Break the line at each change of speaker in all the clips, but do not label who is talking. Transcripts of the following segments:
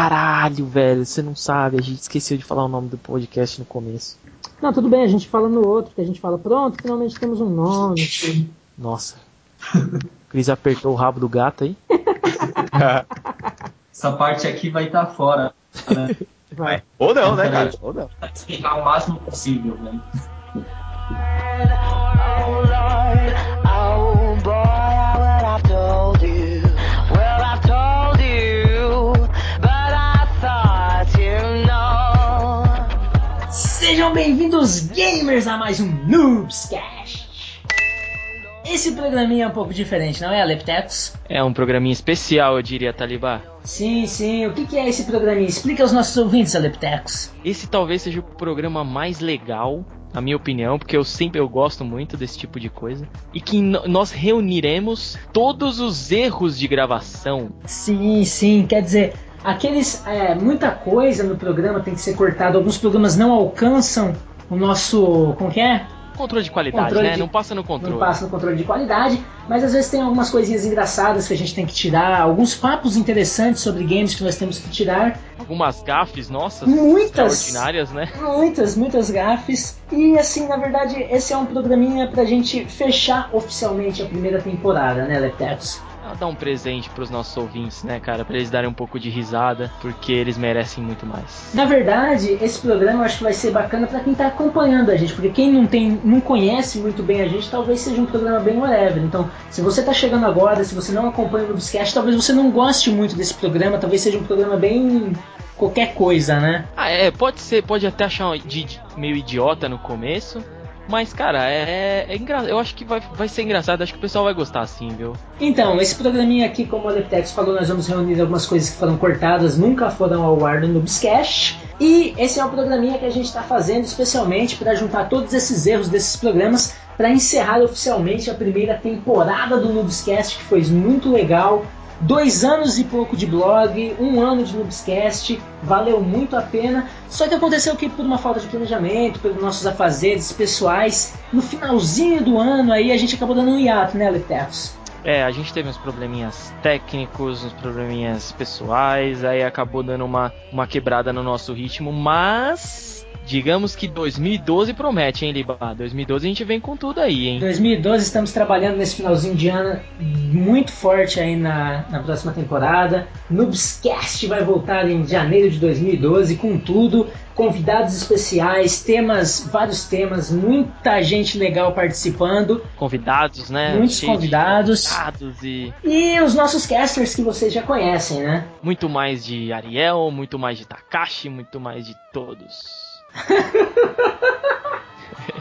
Caralho, velho, você não sabe, a gente esqueceu de falar o nome do podcast no começo.
Não, tudo bem, a gente fala no outro, que a gente fala, pronto, finalmente temos um nome.
Nossa. O Cris apertou o rabo do gato aí.
Essa parte aqui vai
tá
estar fora. Né?
Vai.
Ou não, né, cara? Ou não.
Vai explicar o máximo possível, né?
Oh boy, well I told you, well I told you, but I thought you know.
Sejam bem-vindos, gamers, a mais um Noobscast. Esse programinha é um pouco diferente, não é, Leptecos?
É um programinha especial, eu diria, Talibá.
Sim, sim. O que que é esse programinha? Explica aos nossos ouvintes, Leptecos.
Esse talvez seja o programa mais legal, na minha opinião, porque eu sempre eu gosto muito desse tipo de coisa. E que no- nós reuniremos todos os erros de gravação.
Sim, sim. Quer dizer, aqueles. é, muita coisa no programa tem que ser cortada. Alguns programas não alcançam o nosso. Como que é?
Controle de qualidade,
Controle
né?
de-
Não passa no
não
controle.
passa no controle de qualidade, mas às vezes tem algumas coisinhas engraçadas que a gente tem que tirar, alguns papos interessantes sobre games que nós temos que tirar,
Algumas gafes nossas
muitas,
extraordinárias, né?
muitas, muitas gafes. E assim, na verdade, esse é um programinha pra gente fechar oficialmente a primeira temporada, né, Leptetos?
Ela dá um presente pros nossos ouvintes, né, cara? Pra eles darem um pouco de risada, porque eles merecem muito mais.
Na verdade, esse programa eu acho que vai ser bacana pra quem tá acompanhando a gente, porque quem não tem, não conhece muito bem a gente, talvez seja um programa bem whatever. Então, se você tá chegando agora, se você não acompanha o Nubescast, talvez você não goste muito desse programa, talvez seja um programa bem qualquer coisa, né?
Ah, é, pode ser, pode até achar de- de- meio idiota no começo, mas, cara, é, é engraçado. Eu acho que vai, vai ser engraçado, acho que o pessoal vai gostar assim, viu?
Então, esse programinha aqui, como o Leptex falou, nós vamos reunir algumas coisas que foram cortadas, nunca foram ao ar no Noobscast. E esse é o programinha que a gente está fazendo especialmente para juntar todos esses erros desses programas para encerrar oficialmente a primeira temporada do Noobscast, que foi muito legal. Dois anos e pouco de blog, um ano de Noobscast, valeu muito a pena. Só que aconteceu que por uma falta de planejamento, pelos nossos afazeres pessoais, no finalzinho do ano aí a gente acabou dando um hiato, né, Leptex?
É, a gente teve uns probleminhas técnicos, uns probleminhas pessoais, aí acabou dando uma, uma quebrada no nosso ritmo, mas. Digamos que 2012 promete, hein, Liba? 2012 a gente vem com tudo aí, hein?
2012 estamos trabalhando nesse finalzinho de ano muito forte aí na, na próxima temporada. Noobscast vai voltar em janeiro de 2012 com tudo, convidados especiais, temas, vários temas, muita gente legal participando,
Convidados, né?
muitos
Cheio de
convidados
convidados e
e os nossos casters que vocês já conhecem, né?
muito mais de Ariel, muito mais de Takashi, muito mais de todos.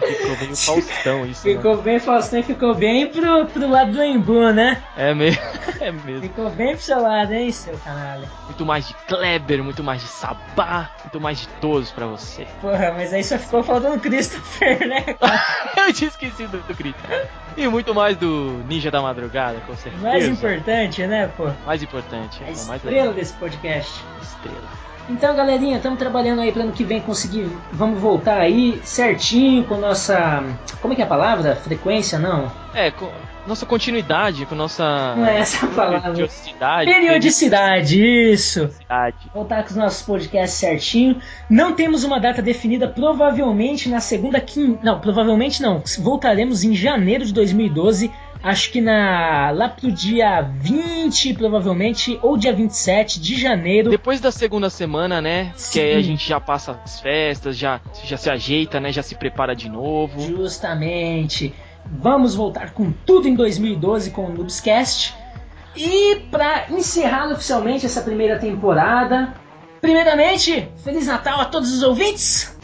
Ficou meio Faustão isso, né?
Ficou bem Faustão, e ficou bem pro, pro lado do Embu, né?
É mesmo, é mesmo.
Ficou bem pro seu lado, hein, seu canalha?
Muito mais de Kleber, muito mais de Sabá, muito mais de todos pra você.
Porra, mas aí só ficou faltando Christopher, né?
Eu tinha esquecido do Crit. E muito mais do Ninja da Madrugada, com certeza.
Mais importante, né, pô?
Mais importante.
A
é, mais
estrela
legal.
desse podcast.
Estrela.
Então, galerinha, estamos trabalhando aí para ano que vem conseguir. Vamos voltar aí certinho com nossa. Como é que é a palavra? Frequência, não?
É, com nossa continuidade, com nossa.
Não é essa a palavra.
Periodicidade.
Periodicidade, isso.
Periodicidade.
Voltar com os nossos podcasts certinho. Não temos uma data definida, provavelmente na segunda quinta. Não, provavelmente não. Voltaremos em janeiro de 2012. Acho que na lá pro dia 20, provavelmente, ou dia 27 de janeiro.
Depois da segunda semana, né?
Sim.
Que aí a gente já passa as festas, já, já se ajeita, né? Já se prepara de novo.
Justamente. Vamos voltar com tudo em 2012 com o Noobscast. E para encerrar oficialmente essa primeira temporada, primeiramente, Feliz Natal a todos os ouvintes!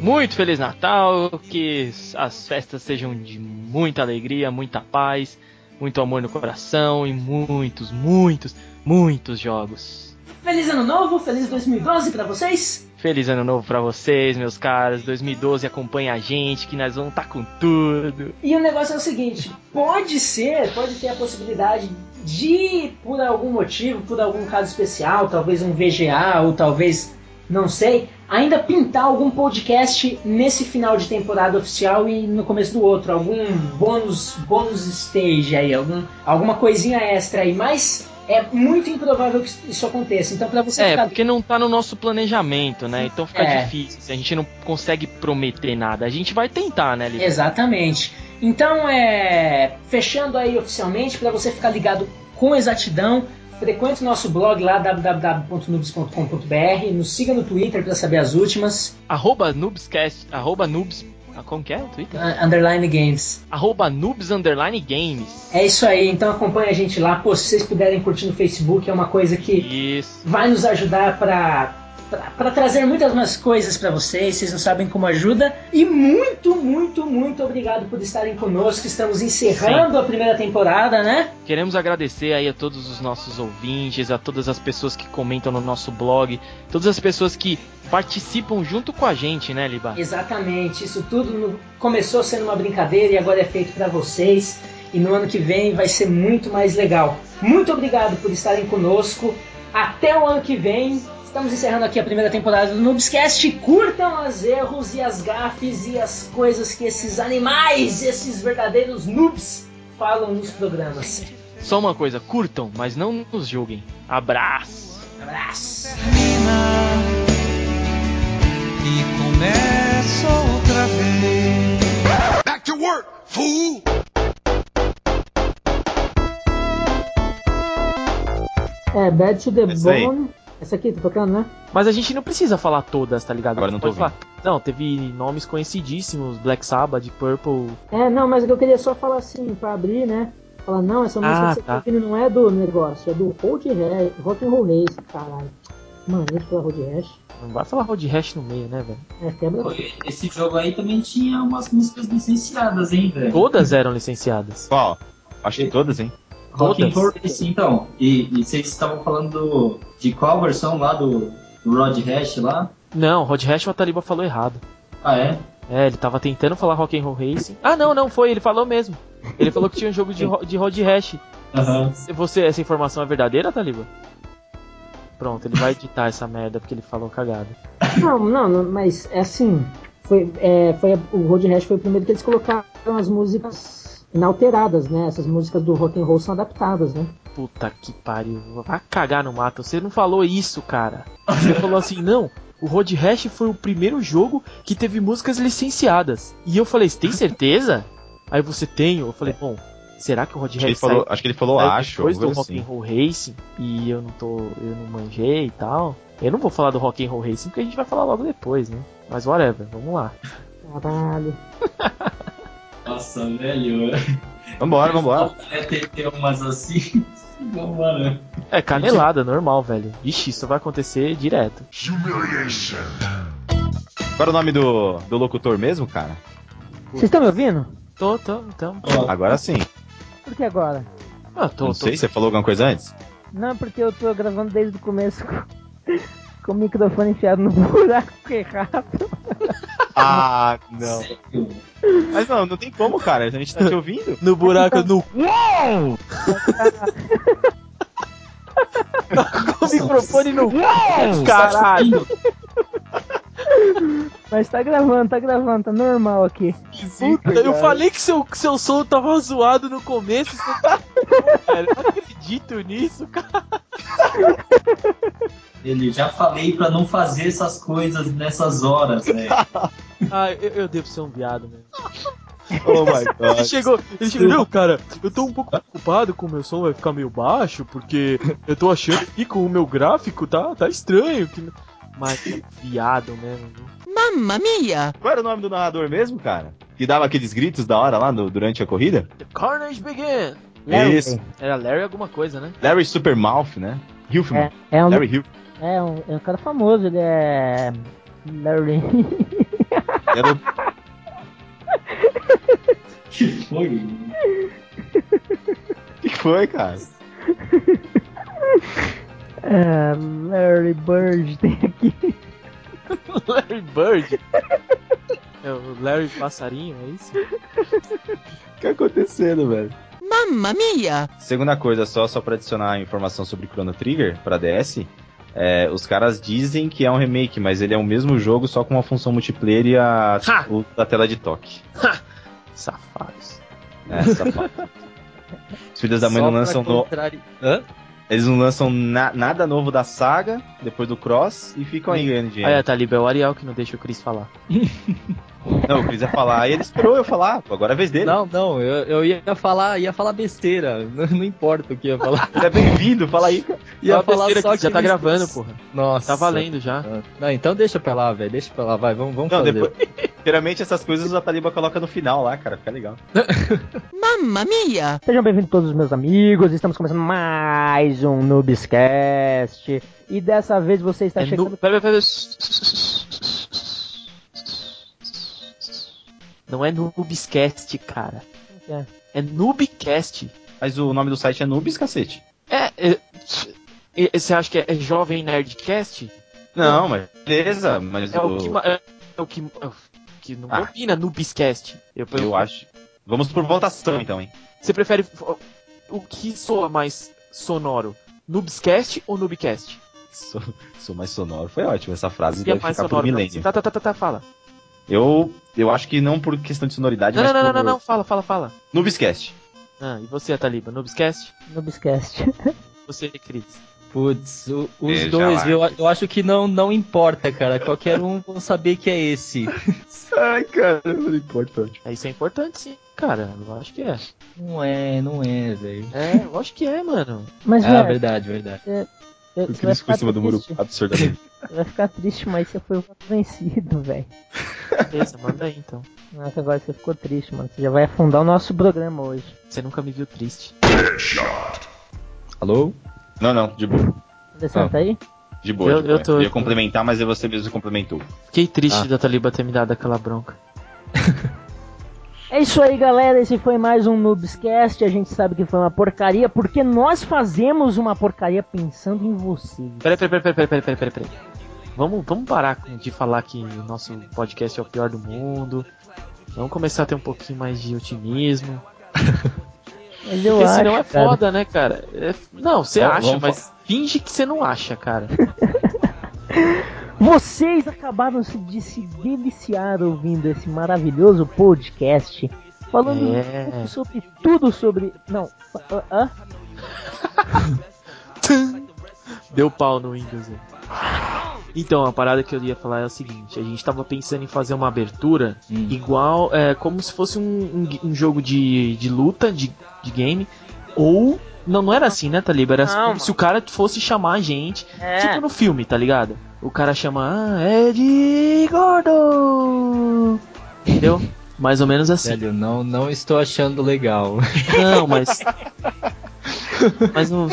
Muito Feliz Natal, que as festas sejam de muita alegria, muita paz, muito amor no coração e muitos, muitos, muitos jogos.
Feliz Ano Novo, feliz 2012 para vocês!
Feliz ano novo pra vocês, meus caras. 2012 acompanha a gente, que nós vamos tá com tudo.
E o negócio é o seguinte: pode ser, pode ter a possibilidade de, por algum motivo, por algum caso especial, talvez um VGA ou talvez não sei, ainda pintar algum podcast nesse final de temporada oficial e no começo do outro, algum bônus, bônus stage aí, algum, alguma coisinha extra aí, mas é muito improvável que isso aconteça. Então para você
É,
ficar
porque não tá no nosso planejamento, né? Então fica
É.
difícil. A gente não consegue prometer nada. A gente vai tentar, né,
É.
Lipe?
Exatamente. Então é fechando aí oficialmente para você ficar ligado com exatidão, frequente o nosso blog lá www.nubes.com.br, nos siga no Twitter para saber as últimas,
Arroba noobscast, arroba noobs. ah, Como que é o Twitter?
uh, underline games.
Arroba noobs underline games.
É isso aí, então acompanha a gente lá, pô, se vocês puderem curtir no Facebook é uma coisa que
Isso.
vai nos ajudar para para trazer muitas mais coisas para vocês, vocês não sabem como ajuda. E muito, muito, muito obrigado por estarem conosco. Estamos encerrando a primeira temporada, né?
Queremos agradecer aí a todos os nossos ouvintes, a todas as pessoas que comentam no nosso blog, todas as pessoas que participam junto com a gente, né, Liba?
Exatamente, isso tudo no- começou sendo uma brincadeira e agora é feito para vocês. E no ano que vem vai ser muito mais legal. Muito obrigado por estarem conosco. Até o ano que vem. Estamos encerrando aqui a primeira temporada do Noobscast. Curtam os erros e as gafes e as coisas que esses animais, esses verdadeiros noobs, falam nos programas.
Só uma coisa, curtam, mas não nos julguem. Abraço!
Abraço!
termina e começa outra vez.
Back to work, fool!
É, Bad to the
Essa aí.
Bone. Essa aqui, tá tocando, né?
Mas a gente não precisa falar todas, tá ligado?
Agora
A gente
não tô
pode falar. Não, teve nomes conhecidíssimos, Black Sabbath, Purple.
É, não, mas o que eu queria só falar assim, pra abrir, né? Falar, não, essa música
Ah,
que você
tá.
tá ouvindo não é do negócio, é do Road Rash, Rock and Roll Race, caralho. Mano, isso pela Road Rash.
Não vai falar Road Rash no meio, né, velho?
É, quebra.
Pô, Esse jogo aí também tinha umas músicas licenciadas, hein, velho?
Todas eram licenciadas.
Qual? Acho que todas, hein?
Rock and
todas?
Roll Racing, então. E, e vocês estavam falando do- de qual versão lá do, do Rod Hash lá?
Não, Rod Rash o Ataliba falou errado.
Ah, é?
É, ele tava tentando falar Rock and Roll Racing. Ah, não, não foi, ele falou mesmo. Ele falou que tinha um jogo de, ro- de Road Rash.
Aham.
Você, essa informação é verdadeira, Taliba? Pronto, ele vai editar essa merda porque ele falou cagada.
Não, não, não, mas é assim. Foi, é, foi, o Road Rash foi o primeiro que eles colocaram as músicas inalteradas, né? Essas músicas do rock and roll são adaptadas, né?
Puta que pariu, vai cagar no mato. Você não falou isso, cara. Você falou assim, não. O Road Rash foi o primeiro jogo que teve músicas licenciadas. E eu falei, você tem certeza? Aí você tem? Eu falei, bom, será que o Road
Acho que ele
Rash
falou,
saiu-
acho que ele falou
saiu
acho,
depois do
alguma
Rock
coisa
and
assim.
Roll Racing e eu não tô, eu não manjei e tal? Eu não vou falar do Rock and Roll Racing porque a gente vai falar logo depois, né? Mas whatever, vamos lá.
Caralho.
Nossa, velho.
Vambora, vambora.
É, tem, tem umas assim. Vambora.
É canelada, normal, velho. Ixi, isso vai acontecer direto.
Humiliation.
Qual era o nome do, do locutor mesmo, cara?
Vocês estão me ouvindo?
Tô, tô, então.
Ó,
Agora sim.
Por que agora?
Ah, tô,
Não
tô.
sei, é você falou alguma coisa antes?
Não, porque eu tô gravando desde o começo com, com o microfone enfiado no buraco errado.
Ah, não.
sério.
Mas não, não tem como, cara. A gente tá te ouvindo.
No buraco, no o microfone no. Caralho!
Mas tá gravando, tá gravando, tá normal aqui.
Puta, eu falei que seu, que seu som tava zoado no começo. Você tá... Cara, eu não acredito nisso, cara.
Ele já falei pra não fazer essas coisas nessas horas, velho.
Ah, eu, eu devo ser um viado mesmo.
Oh my
Ele
god.
chegou, ele chegou, viu, cara? Eu tô um pouco preocupado com o meu som vai ficar meio baixo, porque eu tô achando que com o meu gráfico tá, tá estranho. Que... Mas viado mesmo. viu?
Qual era o nome do narrador mesmo, cara? Que dava aqueles gritos da hora lá no- durante a corrida?
The Carnage Begin!
Larry.
Isso.
Era Larry alguma coisa, né?
Larry Supermouth, né? Hilfman.
É um,
Larry Hilfman.
é, um, é um cara famoso, ele é. Larry.
Era o-
Que foi?
O que foi, cara?
É, Larry Bird tem aqui.
Larry Bird? É o Larry Passarinho, é isso?
O que tá acontecendo, velho? Mamma mia! Segunda coisa, só, só pra adicionar informação sobre Chrono Trigger pra DS. É, os caras dizem que é um remake, mas ele é o mesmo jogo, só com uma função multiplayer e a,
Ha!
o- a tela de toque.
Safados.
É, safado. Os filhos da mãe
Só
não lançam,
pra
no-
contrari- Hã?
eles não lançam na- nada novo da saga, depois do Cross, e ficam aí ganhando dinheiro.
Aí, Talib, é o Ariel que não deixa o Chris falar.
Não, eu quis ia falar, e ele esperou eu falar, pô, agora é a vez dele.
Não, não, eu, eu ia falar, ia falar besteira. Não, não importa o que ia falar.
Você é bem-vindo, fala aí. cara.
Ia
Fala besteira aqui, já tá
me-
gravando, porra.
Nossa.
Tá valendo já.
Não, então deixa pra lá, velho. Deixa pra lá, vai, vamos, vamos
Não,
fazer.
depois. Geralmente essas coisas a Taliba coloca no final lá, cara, fica legal.
Sejam bem-vindos todos os meus amigos, estamos começando mais um Noobscast. E dessa vez você está
É
Tá chegando...
nu... pera, pera, pera. Não é Noobscast, cara.
É.
É Noobcast.
Mas o nome do site é Nubis, cacete.
É. é- e- Você acha que é, é Jovem Nerdcast?
Não, mas beleza, mas
É o
eu-
que. ma- É, é o que. é o que não
Ah.
combina Noobscast. Eu,
eu acho. Vamos por votação então, hein?
Você prefere. f- O que soa mais sonoro? Noobscast ou Noobcast?
Sou, sou mais sonoro, foi ótimo essa frase,
O que é
deve
mais
ficar
sonoro
por
pra
milênio.
você? Tá, tá, tá, tá, tá, fala.
Eu, eu acho que não por questão Tá de sonoridade,
Não,
mas
não, não, não,
por...
não, não, fala, fala, fala.
Noobscast.
Ah, e você, Taliba? Noobscast?
Noobscast.
Você, Cris?
Putz, o- os
Deixa
dois,
lá.
eu, eu acho que não, não importa, cara. Qualquer um vão saber que é esse.
Ai, cara, não importa.
É, Isso é importante, sim, cara. Eu acho que é.
Não é, não é, velho.
É, eu acho que é, mano.
Mas,
Ah,
velho,
verdade, verdade.
eu-
O
você vai
Cris ficou
ficar
em cima do muro
triste.
absurdamente.
Você vai ficar triste, mas você foi o voto vencido, velho.
Beleza, manda aí então.
Nossa, agora você ficou triste, mano. Você já vai afundar o nosso programa hoje.
Você nunca me viu triste.
Alô?
não, não, de boa.
Você senta Tá aí?
De boa,
Eu-
de boa.
eu tô-
ia complementar, mas aí você mesmo complementou.
Fiquei triste
Ah.
da Taliba ter me dado aquela bronca.
É isso aí, galera. Esse foi mais um Noobscast. A gente sabe que foi uma porcaria, porque nós fazemos uma porcaria pensando em vocês.
Peraí, peraí, peraí, peraí, peraí, peraí, peraí. peraí. Vamos, vamos parar com- de falar que o nosso podcast é o pior do mundo. Vamos começar a ter um pouquinho mais de otimismo.
Mas eu
Porque
acho,
senão é
cara.
foda, né, cara? É- Não, você
Vamos-
acha,
vamos
mas finge que você não acha, cara.
Vocês acabaram se- de se deliciar ouvindo esse maravilhoso podcast. Falando um
É.
pouco sobre tudo sobre. Não. ah, ah,
Deu pau no Windows. aí. Então, a parada que eu ia falar é o seguinte: a gente tava pensando em fazer uma abertura
Hum,
igual, é, como se fosse um, um- um jogo de, de luta, de, de game, ou. Não, não era assim, né, Taliba? Era
Não,
como se o cara fosse chamar a gente,
É.
tipo no filme, tá ligado? O cara chama, ah, Ed Gordo! Entendeu? Mais ou menos assim.
Velho, não, não estou achando legal.
Não, mas. Mas não,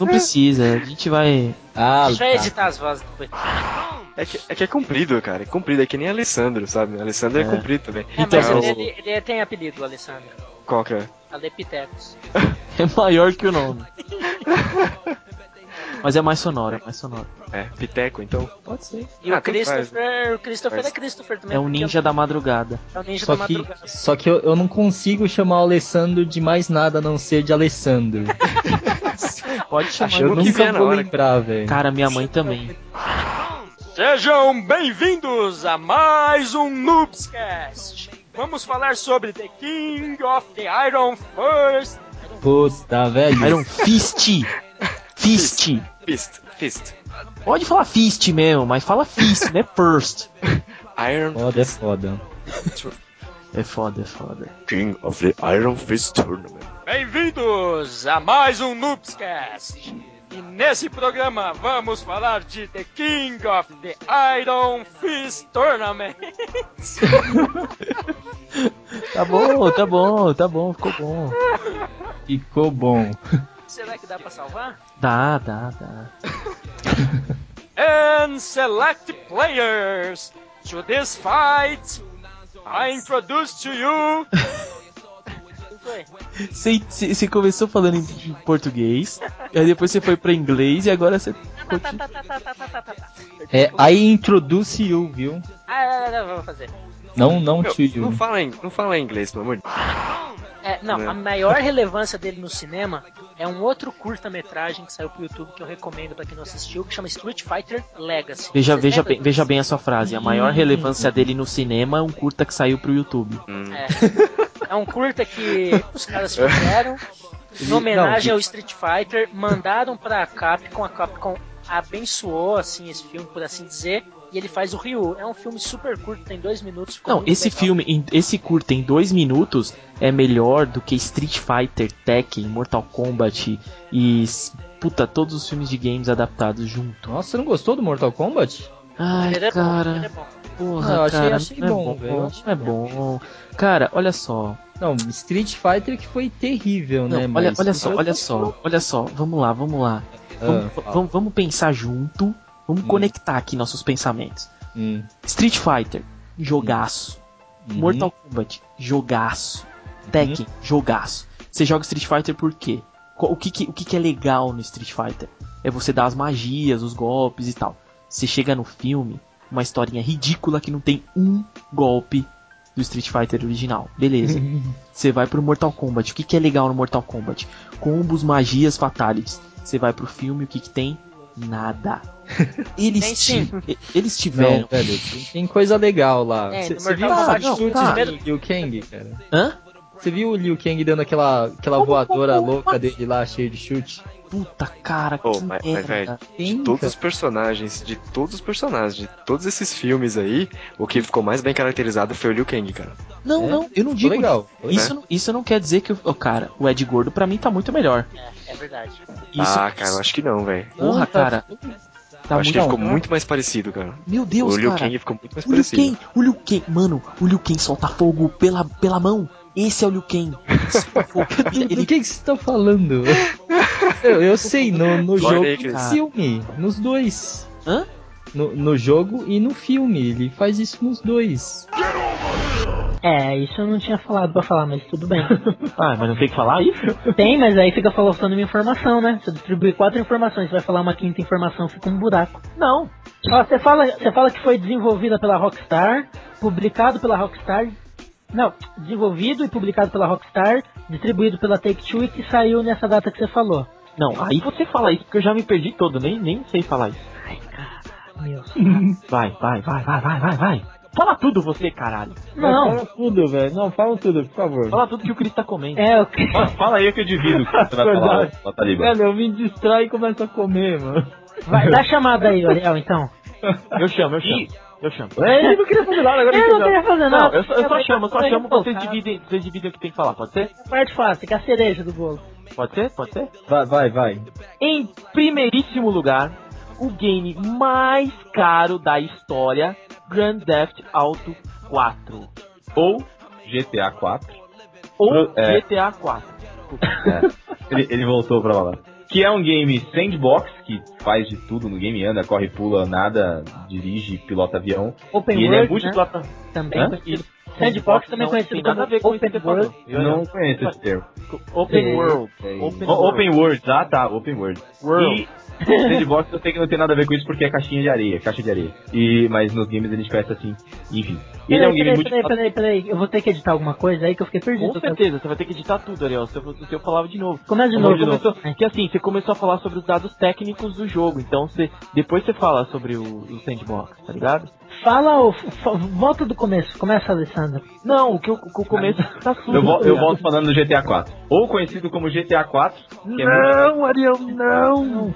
não precisa, a gente vai.
Ah,
Deixa eu
tá.
editar as vozes depois.
É que, é que é comprido, cara. É comprido. É que nem Alessandro, sabe? Alessandro é, comprido também.
É,
Então,
mas
eu-
ele, ele tem apelido, Alessandro.
Qual que é?
Alepitecos.
É maior que o nome. Mas é mais sonoro, é mais sonoro.
É, Piteco, então.
Pode ser. né?
E
Ah,
o
tanto
Christopher, o Christopher
Faz.
é Christopher também.
É um
porque
ninja da madrugada.
É o ninja
Só
da
tá
que,
madrugada.
só que eu, eu não consigo chamar o Alessandro de mais nada a não ser de Alessandro.
Pode chamar.
Achou
Eu
Chama que
nunca
vier na
vou
hora.
lembrar, velho.
Cara, minha mãe também.
Sejam bem-vindos a mais um Noobscast. Vamos falar sobre The King of the Iron First.
Puta, velho.
Iron um Fist! Fist!
Fist. Fist.
Pode falar Fist mesmo, mas fala Fist, né? First.
Iron
Foda é foda.
É foda, é foda.
King of the Iron Fist Tournament.
Bem-vindos a mais um Noobscast. E nesse programa vamos falar de The King of the Iron Fist Tournament.
Tá bom, tá bom, tá bom, ficou bom.
Ficou bom.
Será que dá pra salvar?
Dá, dá, dá.
and select players to this fight. I introduce to you.
Você- Você você começou falando em em português, aí depois você foi pra inglês e agora você.
Ah, tá,
continua-
É, aí introduce you, viu?
Ah, não, não, não, vou fazer.
Não, não
Meu,
to you.
não, fala em, não fala em inglês, pelo amor de Deus.
É,
não,
né?
a maior relevância dele no cinema é um outro curta-metragem que saiu pro YouTube que eu recomendo pra quem não assistiu, que chama Street Fighter Legacy.
Veja,
Você
veja,
lembra
bem,
do-
veja bem a sua frase. A maior relevância dele no cinema é um curta que saiu pro YouTube.
É. é um curta que os caras fizeram em
Não,
homenagem
que-
ao Street Fighter, mandaram pra Capcom, a Capcom abençoou assim esse filme, por assim dizer, e ele faz o Ryu. É um filme super curto, tem dois minutos. ficou
Não,
muito
esse
legal.
filme, em- esse curta em dois minutos é melhor do que Street Fighter, Tekken, Mortal Kombat e. s- Puta, todos os filmes de games adaptados junto.
Nossa, você não gostou do Mortal Kombat?
Ai,
Ele é bom,
cara.
ele é
Porra,
Ah, eu achei-
cara,
achei
não é
bom, velho, eu achei
não é bom. Cara, olha só.
Não, Street Fighter que foi terrível,
Não,
né?
olha,
mas-
olha só, olha só, olha só, vamos lá, vamos lá.
Ah,
Vamos,
fala.
vamos- vamos pensar junto, vamos conectar aqui nossos pensamentos.
Hum.
Street Fighter, jogaço.
Uhum.
Mortal Kombat, jogaço. Tekken, jogaço. Você joga Street Fighter por quê? Co- O que, que- o que, que é legal no Street Fighter? É você dar as magias, os golpes e tal. Você chega no filme, uma historinha ridícula que não tem um golpe do Street Fighter original. Beleza.
Uhum.
Você vai pro Mortal Kombat. O que, que é legal no Mortal Kombat? Combos, magias, fatalities. Você vai pro filme, o que, que tem? Nada. Eles,
Tem
ti-
sim.
e- eles tiveram.
Não, velho, tem- tem coisa legal lá.
É,
Você
no
você viu
Mortal
as
Kombat,
atitudes
tá.
do Liu Kang, cara?
Hã?
Você viu o Liu Kang dando aquela, aquela voadora louca dele lá, cheia de chute?
Puta cara,
Pô, mas, mas, velho, de
Sim,
todos
cara.
os personagens, de todos os personagens, de todos esses filmes aí, o que ficou mais bem caracterizado foi o Liu Kang, cara.
Não,
É,
não, eu não
ficou
digo.
legal,
isso.
né? ficou
Isso,
legal.
não- isso não quer dizer que. o oh, cara, o Ed Gordo pra mim tá muito melhor.
É verdade.
Isso-
ah, cara, eu acho que não, velho.
Porra, cara. Tá
eu acho que ele
muito-
ficou muito mais parecido, cara.
Meu Deus,
O Liu
cara.
Kang ficou muito mais
O Liu
parecido.
Kang, o Liu Kang, mano, o Liu Kang solta fogo pela, pela mão. Esse é o Liu Kang. Solta fogo. Ele-
Do que que você tá falando? eu, eu sei, no, no
Olha
jogo
aí,
e no
cara.
filme, nos dois.
Hã?
No, no jogo e no filme, ele faz isso nos dois.
É, isso eu não tinha falado pra falar, mas tudo bem.
ah, mas não tem que falar isso?
Tem, mas aí fica faltando uma informação, né? Você distribui quatro informações, vai falar uma quinta informação, fica um buraco.
Não.
Ó, você fala, você fala que foi desenvolvida pela Rockstar, publicado pela Rockstar. Não, desenvolvido e publicado pela Rockstar, distribuído pela Take-Two e que saiu nessa data que você falou.
Não, aí você fala isso porque eu já me perdi todo, nem, nem sei falar isso. Vai, vai, vai, vai, vai, vai, vai. Fala tudo você, caralho.
Não.
Fala tudo, velho. Não, fala tudo, por favor.
Fala tudo que o Cris tá comendo.
É, o
Fala, fala aí que eu divido o que você vai falar,
Verdade.
ô Taliba.
Velho, eu me distraio e começo a comer, mano.
Vai, dá a chamada aí, Ariel, então.
Eu chamo, eu chamo. Eu chamo.
É, eu não queria fazer nada, agora
Eu
ele
não tá
quer-
queria fazer nada.
Não, eu só, eu só chamo, eu só chamo
Pô,
vocês
cara.
dividem, vocês dividem o que tem que falar, pode ser?
Parte fácil, que é a cereja do bolo.
Pode ser? Pode ser?
Vai, vai, vai.
Em primeiríssimo lugar, o game mais caro da história, Grand Theft Auto 4. Ou
GTA 4.
Ou
É.
GTA 4.
Ele, ele voltou pra lá. Que é um game sandbox, que faz de tudo no game, anda, corre, pula, nada, dirige, pilota avião.
Open
e ele é
World,
multiplata-
né? Também
Hã?
conhecido. Sandbox também
Não,
conhecido
tem nada a ver
como
com
Open
isso que você
World.
falou.
Eu não conheço esse termo.
Open
É,
World.
é. O-
Open
Open,
World.
World, ah tá, Open World.
World.
E sandbox eu sei que não tem nada a ver com isso porque é caixinha de areia, caixa de areia. E, mas nos games eles conhecem assim, enfim. Ele é um
Peraí,
game
peraí,
multiplataforma.
peraí, peraí, peraí, eu vou ter que editar alguma coisa aí que eu fiquei perdido.
Com certeza, você vai ter que editar tudo, Ariel. Se eu, se eu falava de novo.
Começa de
Você
novo.
Começou, que assim, você começou a falar sobre os dados técnicos do jogo. Então você, depois você fala sobre o, o sandbox, tá ligado?
Fala ou volta do começo, começa Alessandro.
Não, o que o, o começo tá sujo.
Eu, vol- eu
Ariel.
volto falando do GTA 4. Ou conhecido como GTA 4. que é
Não, Ariel, não.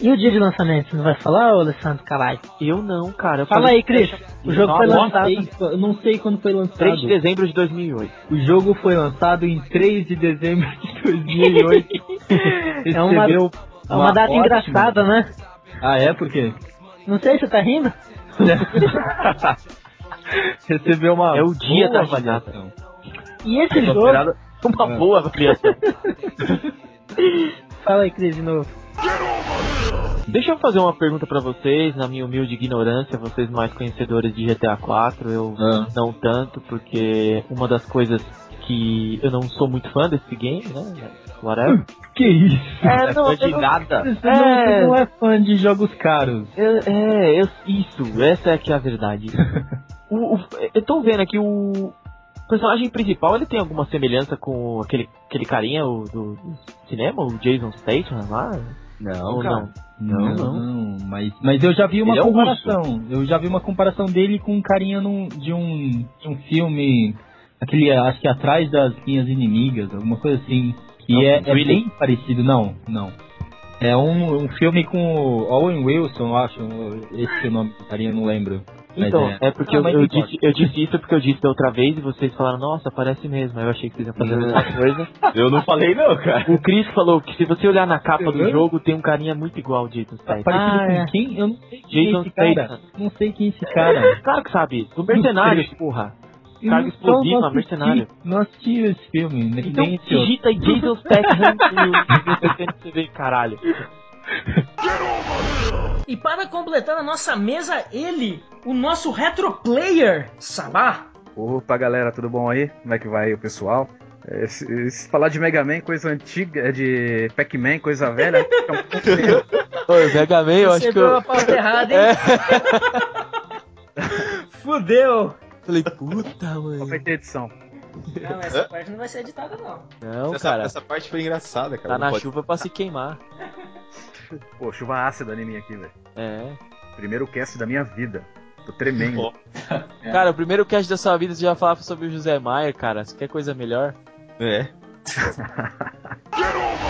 E o dia de lançamento, você não vai falar, ô Alessandro, caralho?
Eu não, cara. eu
Fala
falei-
aí, Cris. O jogo foi
Nossa,
lançado.
eu não sei quando foi lançado.
3 de dezembro de 2008.
O jogo foi lançado em 3 de dezembro de 2008.
É uma, é
Recebeu
uma data
ótima-
engraçada, né?
Ah, é? Por quê?
Não sei, você tá rindo?
Recebeu uma
É o dia
boa
da
avaliação.
E esse jogo.
Uma Tá
É.
boa avaliação.
Fala aí, Cris, de novo.
Deixa eu fazer uma pergunta pra vocês, na minha humilde ignorância, vocês mais conhecedores de GTA 4, eu
É.
não tanto, porque uma das coisas que eu não sou muito fã desse game, né? Whatever.
Que isso?
É, não, eu não-
Você não, você não é fã de jogos caros.
Eu- é, eu- isso, essa é que é a verdade. o, o, eu tô vendo aqui o O personagem principal, ele tem alguma semelhança com aquele, aquele carinha o, do, do cinema, o Jason Statham lá?
Não,
Ou
cara.
não?
Não, não, mas, mas eu já vi uma
Ele é um
comparação. eu já vi uma comparação dele com um carinha num- de, um, de um filme, aquele, acho que atrás das linhas inimigas, alguma coisa assim. Que
Não,
é, é
Drilling?
bem parecido, não, não. É um, um filme com o Owen Wilson, eu acho. Esse é o nome do carinha, eu não lembro. Mas
Então, é, porque
Ah,
eu,
mas
eu
não importa.
disse, eu disse isso porque eu disse da outra vez e vocês falaram, nossa, parece mesmo. Aí eu achei que vocês iam fazer a mesma coisa.
Eu não falei não, cara.
O Chris falou que se você olhar na capa do
Entendeu?
jogo, tem um carinha muito igual ao Jason Statham.
Tá Parecido com
é.
quem? Eu não sei quem é
Jason
esse cara.
Statham.
Não sei quem é esse cara.
Claro que sabe. Do Mercenários, porra.
Eu
Carga
não- eu não
explosiva,
assisti-
Mercenário.
Não assisti esse filme, né?
Então
nem esse outro.
digita aí Jason Statham e o Jason Statham você vê, caralho.
E para completar a nossa mesa, ele, o nosso retroplayer, Sabá.
Opa, galera, tudo bom aí? Como é que vai aí o pessoal? É, se, se falar de Mega Man, coisa antiga, é de Pac-Man, coisa velha, é um pouco mesmo.
Oi, Mega Man, eu acho
Você
que
viu
eu...
a pauta
errada, hein? Fudeu!
Falei, puta, mano.
Vai ter edição.
Não, essa parte não vai ser editada, não.
Não,
Essa-
cara.
essa parte foi engraçada, cara.
Tá
Não
na
pode-
chuva pra se queimar.
Pô, chuva ácida em mim aqui, velho.
É.
Primeiro cast da minha vida. Tô tremendo.
É.
Cara, o primeiro cast da sua vida você já falava sobre o José Maier, cara. Você quer coisa melhor?
É.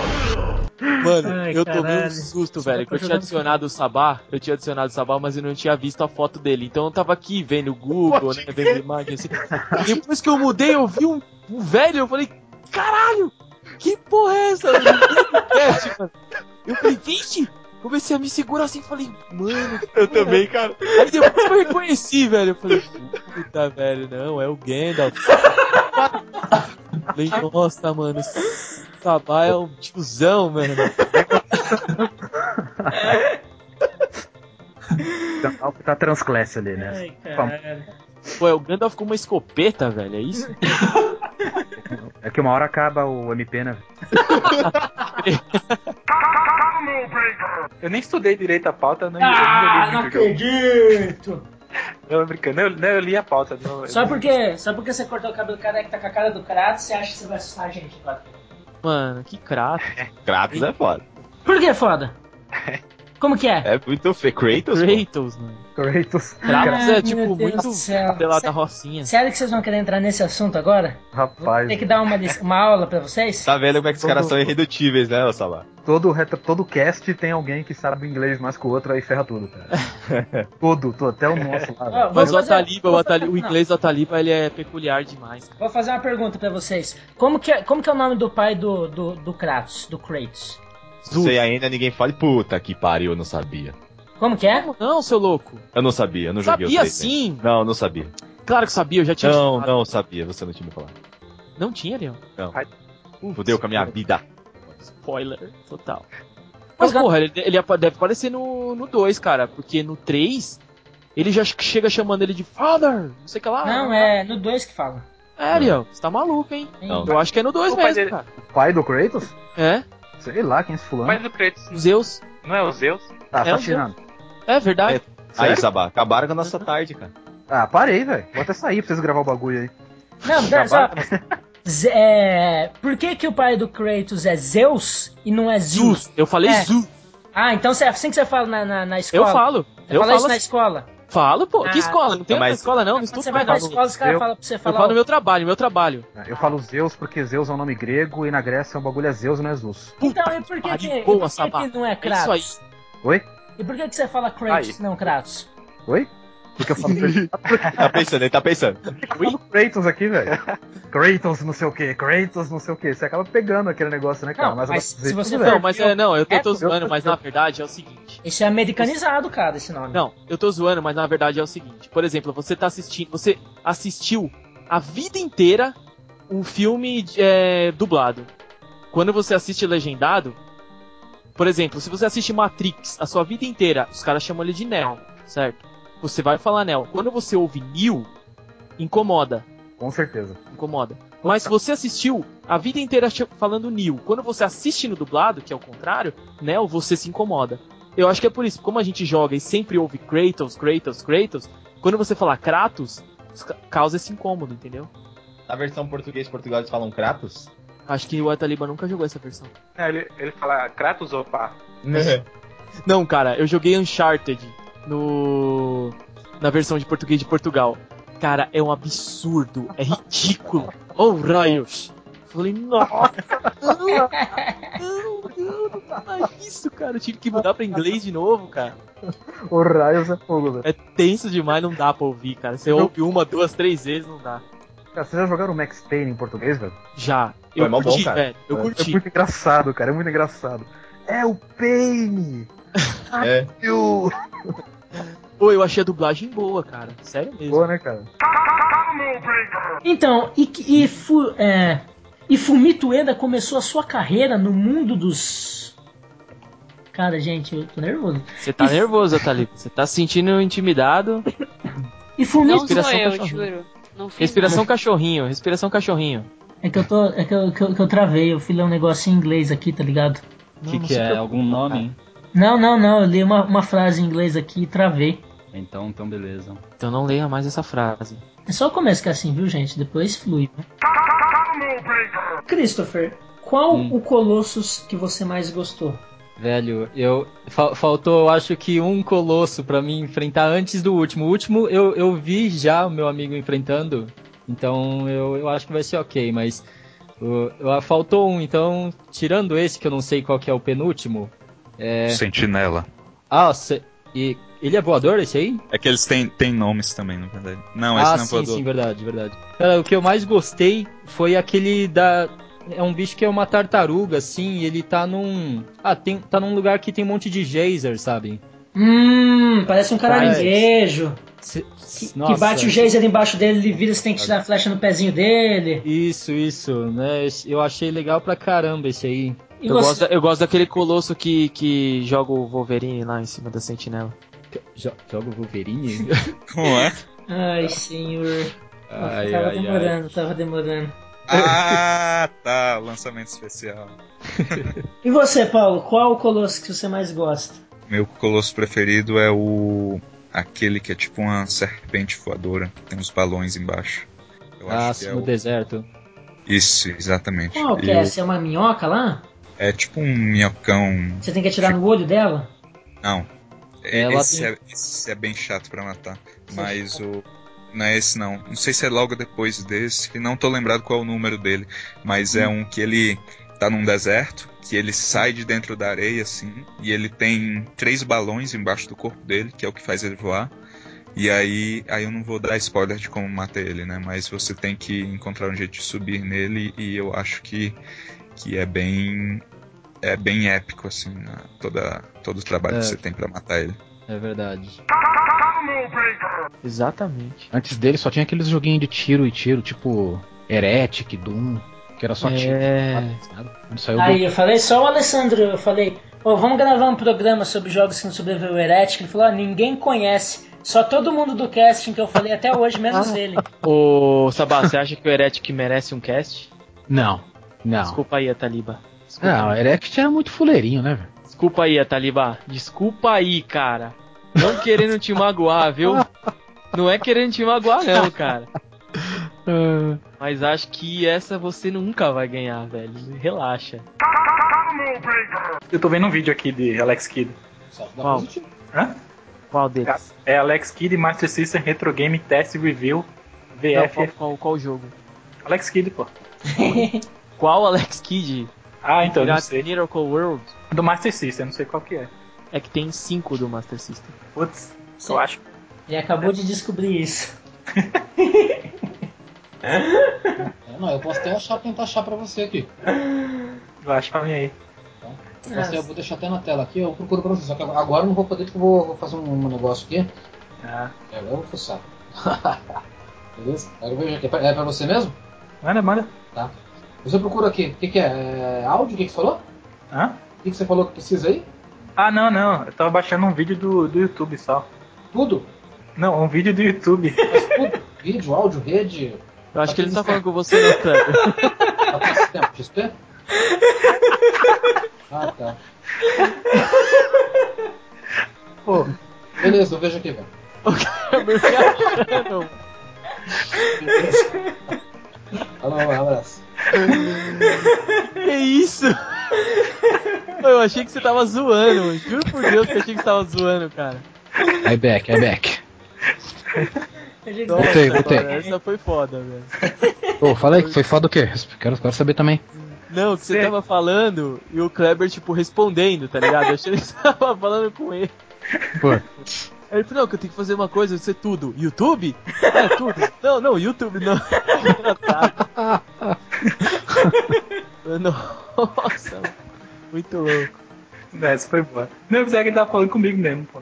Mano,
Ai,
eu tomei um
caralho.
susto,
Você
velho.
tá
Que eu tinha
jogando
adicionado o Sabá, eu tinha adicionado o Sabá, mas eu não tinha visto a foto dele. Então eu tava aqui vendo o Google, né? Vendo imagem assim. Depois que eu mudei, eu vi um, um velho, eu falei, caralho! Que porra é essa? Eu mudei do cast, mano. Eu falei, vixe! Comecei a me segurar assim, falei, mano. Eu
também, cara.
Aí depois que eu reconheci, velho. Eu falei, puta, velho, não, é o Gandalf. Falei, nossa, mano, esse Sabá é um tiozão, mano.
Tá, tá transclasse ali, né?
Ai,
Pô, é o Gandalf com uma escopeta, velho, é isso?
É que uma hora acaba o MP, né?
Eu nem estudei direito a pauta, não,
Ah,
eu
não
nem li o livro.
acredito!
Não, brincando, eu, não, eu li a pauta. Não,
Só porque, só porque você cortou o cabelo careca tá com a cara do Kratos, você acha que você vai assustar a gente, cara.
Mano, que Kratos.
Kratos é foda.
Por que foda? Como que é?
É muito feio. Kratos? pô.
Kratos, mano.
Kratos.
Kratos
Ai,
é tipo
Ah, meu Deus
muito
do céu.
pela da Rocinha.
Sério que vocês vão querer entrar nesse assunto agora?
Rapaz.
Tem que dar uma, lic- uma aula pra vocês?
Tá vendo como é que os caras
Todo-
são irredutíveis, né, ô Sabá?
Todo, retro- todo cast tem alguém que sabe inglês mais que o outro, aí ferra tudo, cara. Tudo, tudo, até o nosso lá. velho.
Mas o
fazer-
Ataliba, o,
vou
Atali-
fazer-
o inglês do Ataliba, ele é peculiar demais, cara.
Vou fazer uma pergunta pra vocês. Como que é, como que é o nome do pai do, do, do Kratos, do Kratos?
Não sei ainda, ninguém fala. Puta que pariu, eu não sabia.
Como que é?
Não, seu louco.
Eu não sabia, eu não joguei
Sabia
o três ainda.
sim.
Não, não sabia.
Claro que sabia, eu já tinha
Não,
falado.
não sabia, você não tinha me falado.
Não tinha, Leon.
Não. Fudeu com a minha vida.
Spoiler total. Mas, porra, ele, ele apa- deve aparecer no, no 2, cara, porque no 3 ele já che- chega chamando ele de Father, Ah, não sei o que lá.
Não, é no 2 que fala.
É, Ariel, você tá maluco, hein?
Não.
Eu acho que é no 2
O pai
mesmo,
dele-
cara.
O pai do Kratos?
É?
Sei lá quem é esse fulano.
o Kratos.
Zeus.
Não é o Zeus?
Ah,
É
tá
o
tirando.
É verdade.
Aí, Sabá, acabaram com a nossa tarde, cara.
Ah, parei, velho. Vou até sair pra vocês gravar o bagulho aí.
Não, pera, só. Z- é, por que, que o pai do Kratos é Zeus e não é Zeus?
Eu falei
É.
Zeus.
Ah, então é assim que você fala na, na, na escola?
Eu falo.
Você
Eu
fala isso
falo
na
assim.
escola?
Falo, pô.
Ah.
que escola? Não tem outra
Mas-
escola, não. não
Quando
estudo
você vai
não.
na escola, os caras
Eu-
falam pra você
Eu
falar.
falo no meu trabalho, meu trabalho.
Eu falo Zeus porque Zeus é um nome grego e na Grécia o bagulho é Zeus, não é Zeus.
Então, e por que, que, e
ah, boa,
por que,
Sabá.
que não é
É isso
Kratos?
Oi?
E por que, que você fala Kratos, não Kratos?
Oi? Porque eu falo Kratos.
Tá pensando, ele tá pensando.
Eu falo Kratos aqui, velho. Kratos não sei o que, Kratos não sei o que. Você acaba pegando aquele negócio, né, cara?
Não,
eu
mas
não sei
se você
tudo,
Não,
velho.
mas é, não, eu tô, tô
eu-
zoando, mas na verdade é o seguinte.
Isso é americanizado, cara, esse nome.
Não, eu tô zoando, mas na verdade é o seguinte. Por exemplo, você tá assistindo. Você assistiu a vida inteira um filme é, dublado. Quando você assiste legendado, por exemplo, se você assiste Matrix a sua vida inteira, os caras chamam ele de Neo, certo? Você vai falar Neo. Quando você ouve Neo, incomoda.
Com certeza.
Incomoda. Mas se você assistiu a vida inteira ch- falando Neo, quando você assiste no dublado, que é o contrário, Neo, você se incomoda. Eu acho que é por isso, como a gente joga e sempre ouve Kratos, Kratos, Kratos, quando você falar Kratos, os ca- causa esse incômodo, entendeu?
Na versão português, Portugal eles falam Kratos?
Acho que o Ataliba nunca jogou essa versão.
É, ele, ele fala Kratos ou pá?
Não, cara, eu joguei Uncharted no. na versão de português de Portugal. Cara, é um absurdo, é ridículo. Oh, raios! Falei, nossa! Não, não, não fala isso, cara. Eu tive que mudar pra inglês de novo, cara.
O Raios é fogo, velho.
É tenso demais, não dá pra ouvir, cara. Você ouve uma, duas, três vezes, não dá.
Cara, vocês já jogaram Max Payne em português, velho?
Já.
Eu
Eu curti, velho. Eu
É
curti.
muito engraçado, cara. É muito engraçado. É o Payne!
É.
Eu...
Pô, eu achei a dublagem boa, cara. Sério mesmo.
Boa, né, cara?
Então, e, que- e, fu, é, e Fumito Ueda começou a sua carreira no mundo dos. Cara, gente, eu tô nervoso.
Você tá nervoso, Ataliba. Você tá se sentindo intimidado.
E Fumito.
Não sou eu, juro. Respiração cachorrinho, respiração cachorrinho.
É que eu tô. É que eu, que eu, que eu travei, eu fui ler um negócio em inglês aqui, tá ligado?
O
que, que é? Algum nome? hein?
Não, não, não, eu li uma, uma frase em inglês aqui e travei.
Então, então beleza.
Então não leia mais essa frase.
É só o começo que é assim, viu, gente? Depois flui. né? Christopher, qual o Colossus que você mais gostou?
Velho, eu fa- faltou, eu acho que um colosso pra mim enfrentar antes do último. O último eu, eu vi já o meu amigo enfrentando, então eu, eu acho que vai ser ok, mas uh, eu- faltou um, então tirando esse que eu não sei qual que é o penúltimo. É...
Sentinela.
Ah, se- e ele é voador esse aí?
É que eles têm, têm nomes também, na verdade. Não, esse
ah,
não é
sim,
voador.
sim, verdade, verdade. Cara, o que eu mais gostei foi aquele da. É um bicho que é uma tartaruga, assim, e ele tá num. Ah, tem... tá num lugar que tem um monte de geyser, sabe?
Hum, parece um caranguejo.
Nossa.
Que bate o geyser embaixo dele, ele vira, você tem que tirar a flecha no pezinho dele.
Isso, isso, né? Eu achei legal pra caramba esse aí.
Eu, gosto, da- eu gosto daquele colosso que, que joga o Wolverine lá em cima da sentinela.
Joga o Wolverine?
Como é?
Ai, senhor.
Ai,
tava
ai,
demorando, tava demorando.
Ah, tá. Lançamento especial.
E você, Paulo, qual o Colossus que você mais gosta?
Meu colosso preferido é o. Aquele que é tipo uma serpente voadora, que tem uns balões embaixo. Eu
ah,
acho que é
no
o...
deserto.
Isso, exatamente.
Qual que
E
é? Essa é uma minhoca lá?
é tipo um minhocão.
Você tem que atirar no olho dela?
Não. É-
Ela
esse,
tem-
é, esse é bem chato pra matar. Mas o. Não é esse não. Não sei se é logo depois desse. e Não tô lembrado qual é o número dele. Mas é
Hum.
um que ele tá num deserto, que ele sai de dentro da areia, assim, e ele tem três balões embaixo do corpo dele, que é o que faz ele voar. E aí, aí eu não vou dar spoiler de como matar ele, né? Mas você tem que encontrar um jeito de subir nele e eu acho que, que é bem é bem épico assim, né? toda todo o trabalho
É.
que você tem pra matar ele.
É verdade.
Exatamente.
Antes dele só tinha aqueles joguinhos de tiro e tiro, tipo Heretic, Doom, que era só tiro. Ele saiu
Aí
do...
eu falei só o Alessandro, eu falei, ô, vamos gravar um programa sobre jogos que não sobreviveu o Heretic. Ele falou, ó, ninguém conhece, só todo mundo do casting que eu falei até hoje, menos ele.
Ô, Sabá, você acha que o Heretic merece um cast?
Não, não.
Desculpa aí, Ataliba. Desculpa,
Não, Heretic era muito fuleirinho, né, velho?
Desculpa aí, Ataliba. Desculpa aí, cara. Não querendo te magoar, viu? Não é querendo te magoar, não, cara.
Ah.
Mas acho que essa você nunca vai ganhar, velho. Relaxa.
Eu tô vendo um vídeo aqui de Alex Kidd.
Qual?
Hã?
Qual deles?
É Alex Kidd Master System Retro Game Test Review
Não,
VF.
qual, qual, qual jogo?
Alex Kidd, pô.
Qual Alex Kidd?
Ah, então, não
Pirata
sei.
Miracle World?
Do Master System, não sei qual que é.
É que tem cinco do Master System.
Putz, eu acho.
Ele acabou de descobrir isso.
É, não, eu posso até achar, tentar achar pra você aqui.
Eu acho pra mim aí. Ah.
Eu, posso até- eu vou deixar até na tela aqui, eu procuro pra você. Só que agora eu não vou poder porque eu vou, vou fazer um, um negócio aqui.
Ah.
É, agora eu vou fuçar. Beleza? Agora eu vejo aqui. É pra, é pra você mesmo?
Manda, manda.
Tá. Você procura aqui. O que, que é? é? Áudio? O que, que você falou?
Hã?
O que, que você falou que precisa aí?
Ah, não, não. Eu tava baixando um vídeo do, do YouTube só.
Tudo?
Não, um vídeo do YouTube.
Vídeo, áudio, rede.
Eu acho que ele não tá falando com você, não, Kleber.
Tempo, XP? Ah, tá.
Pô.
Beleza, eu vejo aqui, velho.
Eu me achando.
Um abraço.
Que isso? Eu achei que você tava zoando, juro por Deus que eu achei que você tava zoando, cara.
I back, I back.
Nossa,
Voltei, voltei.
cara, Essa foi foda, velho.
Ô, fala aí, foi foda o quê? Quero, quero saber também.
Não, que você tava falando e o Kleber, tipo, respondendo, tá ligado? Eu achei que você tava falando com ele.
Pô.
Aí ele falou, não, que eu tenho que fazer uma coisa, isso é tudo. YouTube? É, tudo. Não, não, YouTube não. Tá. Nossa, muito louco.
Essa foi boa. Não, apesar que ele tava falando comigo mesmo, pô.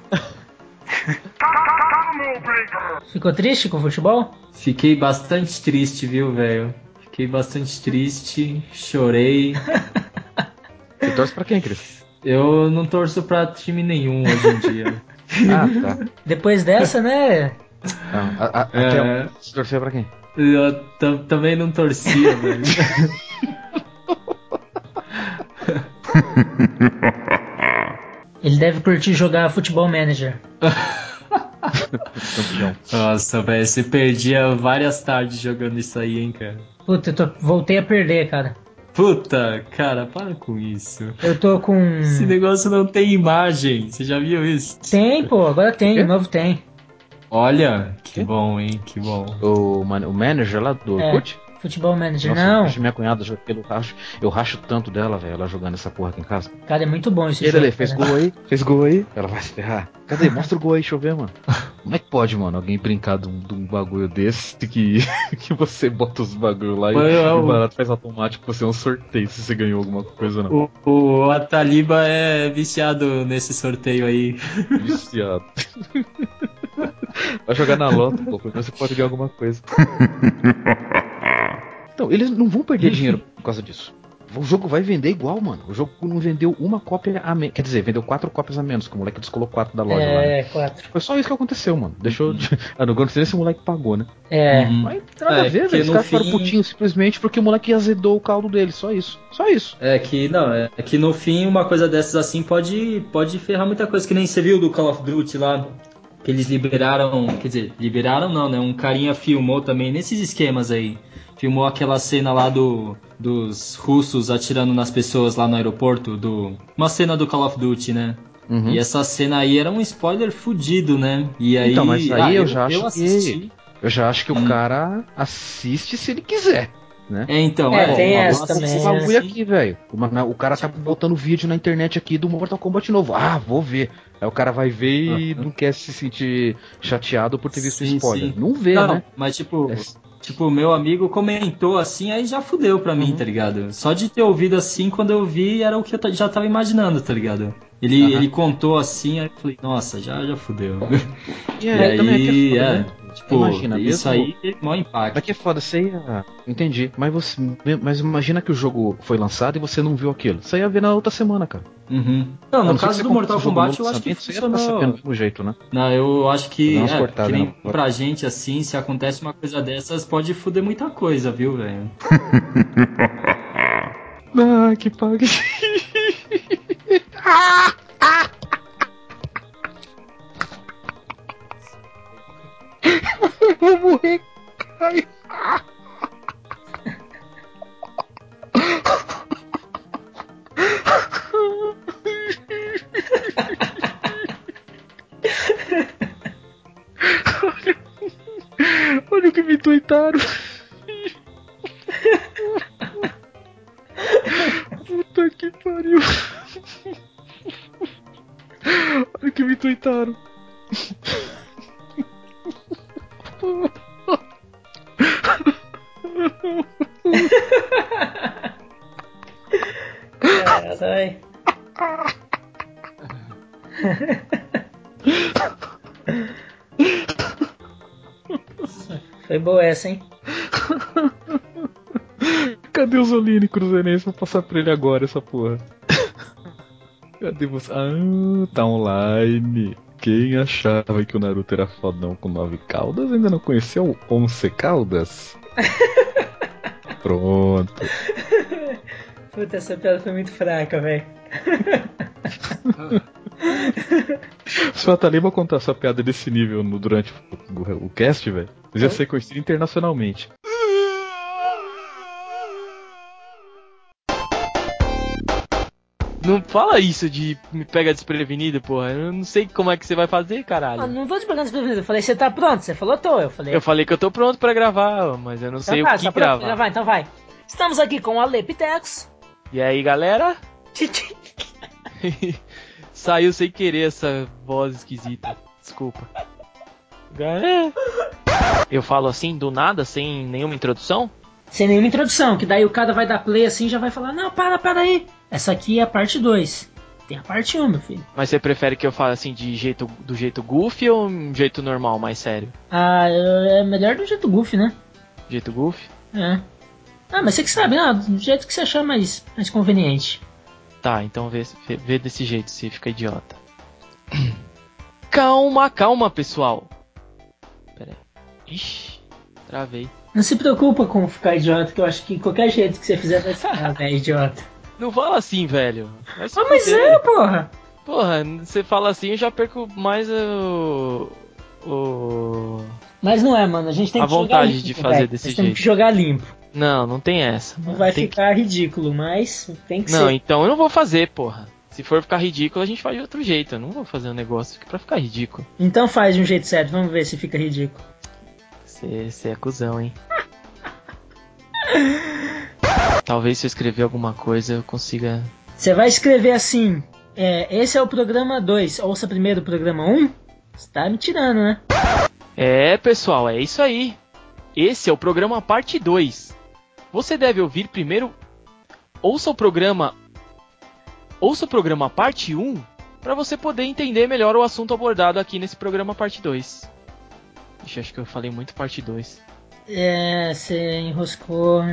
Ficou triste com o futebol?
Fiquei bastante triste, viu, velho? Fiquei bastante triste, chorei. Você torce pra quem, Cris? Eu não torço pra time nenhum hoje em dia.
Ah, tá.
Depois dessa, né?
Não, a, a,
É.
aqui, ó, Você torceu pra quem?
Eu tam- também não torcia, velho.
Ele deve curtir jogar futebol manager.
Nossa, velho, você perdia várias tardes jogando isso aí, hein, cara.
Puta, eu tô- voltei a perder, cara.
Puta, cara, para com isso.
Eu tô com.
Esse negócio não tem imagem, você já viu isso?
Tem, pô, agora tem,
Quê?
o novo tem.
Olha, que bom, hein, que bom.
O, man- o manager lá do
É,
Orkut?
futebol manager,
Nossa,
não.
deixa minha cunhada joga pelo racho. Eu racho tanto dela, velho, ela jogando essa porra aqui em casa.
Cara, é muito bom esse
E aí,
jogo.
Lele, fez
cara.
gol aí? Fez gol aí? Ela vai se ferrar. Cadê? Mostra o gol aí, deixa eu ver, mano. Como é que pode, mano, alguém brincar de um, de um bagulho desse que, que você bota os bagulho lá e,
Mas é
e
o-
o barato faz automático pra você é um sorteio se você ganhou alguma coisa ou não.
O, o Ataliba é viciado nesse sorteio aí.
Viciado. Vai jogar na lota, pô, pelo menos você pode ganhar alguma coisa. Então, eles não vão perder dinheiro por causa disso. O jogo vai vender igual, mano. O jogo não vendeu uma cópia a menos. Quer dizer, vendeu quatro cópias a menos, que o moleque descolou quatro da loja lá. né?
É, quatro.
Foi só isso que aconteceu, mano. Deixou. de- ah, não gostei se o moleque pagou, né?
É.
Mas nada
É,
a ver,
que
velho. Os
no
caras ficaram
fim-
putinhos simplesmente porque o moleque azedou o caldo dele. Só isso. Só isso.
É que não, é é que no fim uma coisa dessas assim pode pode ferrar muita coisa que nem você viu do Call of Duty lá que eles liberaram, quer dizer, liberaram não, né? Um carinha filmou também nesses esquemas aí. Filmou aquela cena lá do dos russos atirando nas pessoas lá no aeroporto do uma cena do Call of Duty, né?
Uhum.
E essa cena aí era um spoiler fudido, né? E aí,
então, mas aí
ah,
eu, já acho
assisti.
que. Eu já acho que o cara assiste se ele quiser. Né?
É, então,
É, é, tem eu essa assisti também,
Esse
esse
bagulho
assim.
aqui, velho. O ma- O cara tá botando vídeo na internet aqui do Mortal Kombat novo. Ah, vou ver. Aí o cara vai ver e não quer se sentir chateado por ter visto spoiler. Não vê,
Não,
né?
mas tipo, tipo, meu amigo comentou assim, aí já fudeu pra mim, tá ligado? Só de ter ouvido assim, quando eu vi, era o que eu ta- já tava imaginando, tá ligado? Ele,
Aham.
ele contou assim, aí eu falei, nossa, já, já fudeu.
E aí, também é que é foda, né?
tipo,
Imagina,
isso
mesmo-
aí teve maior impacto.
Mas que foda, você ia. Entendi. Mas você. Mas imagina que o jogo foi lançado e você não viu aquilo. Você ia ver na outra semana, cara.
Uhum. Não, no
A ser
caso
que
do
você
Mortal
compre esse é jogo
Kombat,
novo
eu acho que
lançamento, você ia ficar
funcionou.
sabendo do mesmo jeito, né?
Não, eu acho que,
Vou dar umas
é,
cortadas,
que nem
né?
pra gente assim, se acontece uma coisa dessas, pode fuder muita coisa, viu, velho?
Ah, que pague.
Eu vou morrer. Ai.
Olha o que me tuitaram. Puta que pariu. Olha o que me tuitaram.
Caralho. Foi boa essa, hein?
Cadê o Zolini Cruzeirense? Vou passar pra ele agora essa porra. Cadê você? Ah, tá online. Quem achava que o Naruto era fodão com nove caudas ainda não conheceu onze caudas? Pronto.
Puta, essa piada foi muito fraca, velho.
Se o Ataliba contar sua piada desse nível no- durante o, o- o cast, velho, eu já sei conhecido internacionalmente.
Não fala isso de me pega desprevenido, porra. Eu não sei como é que você vai fazer, caralho.
Ah, não tô te pegando desprevenido. Eu falei, você tá pronto? Você falou, tô. Eu falei,
Eu falei que eu tô pronto pra gravar, mas eu não sei
né? tá,
o que
tá pronto pra
gravar.
gravar, então vai. Estamos aqui com o Ale Pitex.
E aí, galera? Saiu sem querer essa voz esquisita. Desculpa. Galera. Eu falo assim do nada, sem nenhuma introdução?
Sem nenhuma introdução, que daí o cara vai dar play assim e já vai falar, não, para, para aí. Essa aqui é a parte 2. Tem a parte 1, um, meu filho.
Mas você prefere que eu fale assim de jeito, do jeito goofy ou um jeito normal, mais sério?
Ah, eu- é melhor do jeito goofy, né?
Jeito goofy?
É. Ah, mas você que sabe, ah, do jeito que você achar mais, mais conveniente.
Tá, então vê, vê- vê desse jeito se fica idiota. Calma, calma, pessoal. Pera aí. Ixi, travei.
Não se preocupa com ficar idiota, que eu acho que qualquer jeito que você fizer vai ficar, velho, idiota.
Não fala assim, velho. Vai se
Ah, mas
fuder.
é, porra.
Porra, você fala assim, eu já perco mais o. o...
Mas não é, mano. A gente tem
A
que jogar
vontade
limpo,
de fazer
velho.
desse
Nós temos
jeito.
que jogar limpo.
Não, não tem essa.
Não vai
Tem que-
ficar ridículo, mas tem que
Não,
ser.
então eu não vou fazer, porra. Se for ficar ridículo, a gente faz de outro jeito. Eu não vou fazer um negócio pra ficar ridículo.
Então faz de um jeito sério, vamos ver se fica ridículo.
Você é cuzão, hein? Talvez se eu escrever alguma coisa eu consiga.
Você vai escrever assim: é, esse é o programa 2, ouça primeiro o programa 1. Um. Você tá me tirando, né?
É, pessoal, é isso aí. Esse é o programa parte 2. Você deve ouvir primeiro. Ouça o programa. Ouça o programa parte 1 para você poder entender melhor o assunto abordado aqui nesse programa parte 2. Ixi, acho que eu falei muito parte 2.
É, você enroscou.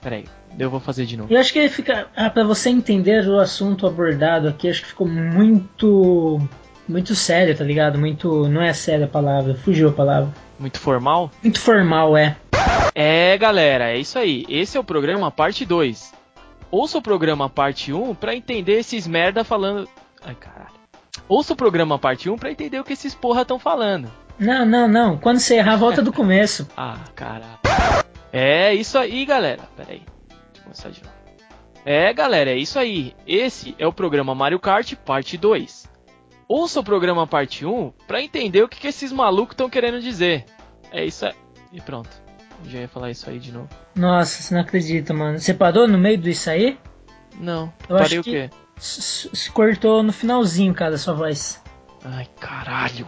Peraí, eu vou fazer de novo.
Eu acho que fica. Ah, pra você entender o assunto abordado aqui, acho que ficou muito. Muito sério, tá ligado? Muito. Não é séria a palavra, fugiu a palavra.
Muito formal?
Muito formal, é.
É, galera, é isso aí. Esse é o programa parte 2. Ouça o programa parte 1 pra entender esses merda falando. Ai, caralho. Ouça o programa parte 1 pra entender o que esses porra estão falando.
Não, não, não. Quando você errar, volta do começo.
Ah, caralho. É isso aí, galera. Pera aí. Deixa eu começar de novo. É, galera, é isso aí. Esse é o programa Mario Kart parte 2. Ouça o programa parte 1 pra entender o que, que esses malucos estão querendo dizer. É isso aí. E pronto. Eu já ia falar isso aí de novo.
Nossa, você não acredita, mano. Você parou no meio disso aí?
Não.
Eu
Parei
acho
o
que
quê?
s- s- cortou no finalzinho, cara, a sua voz.
Ai, caralho.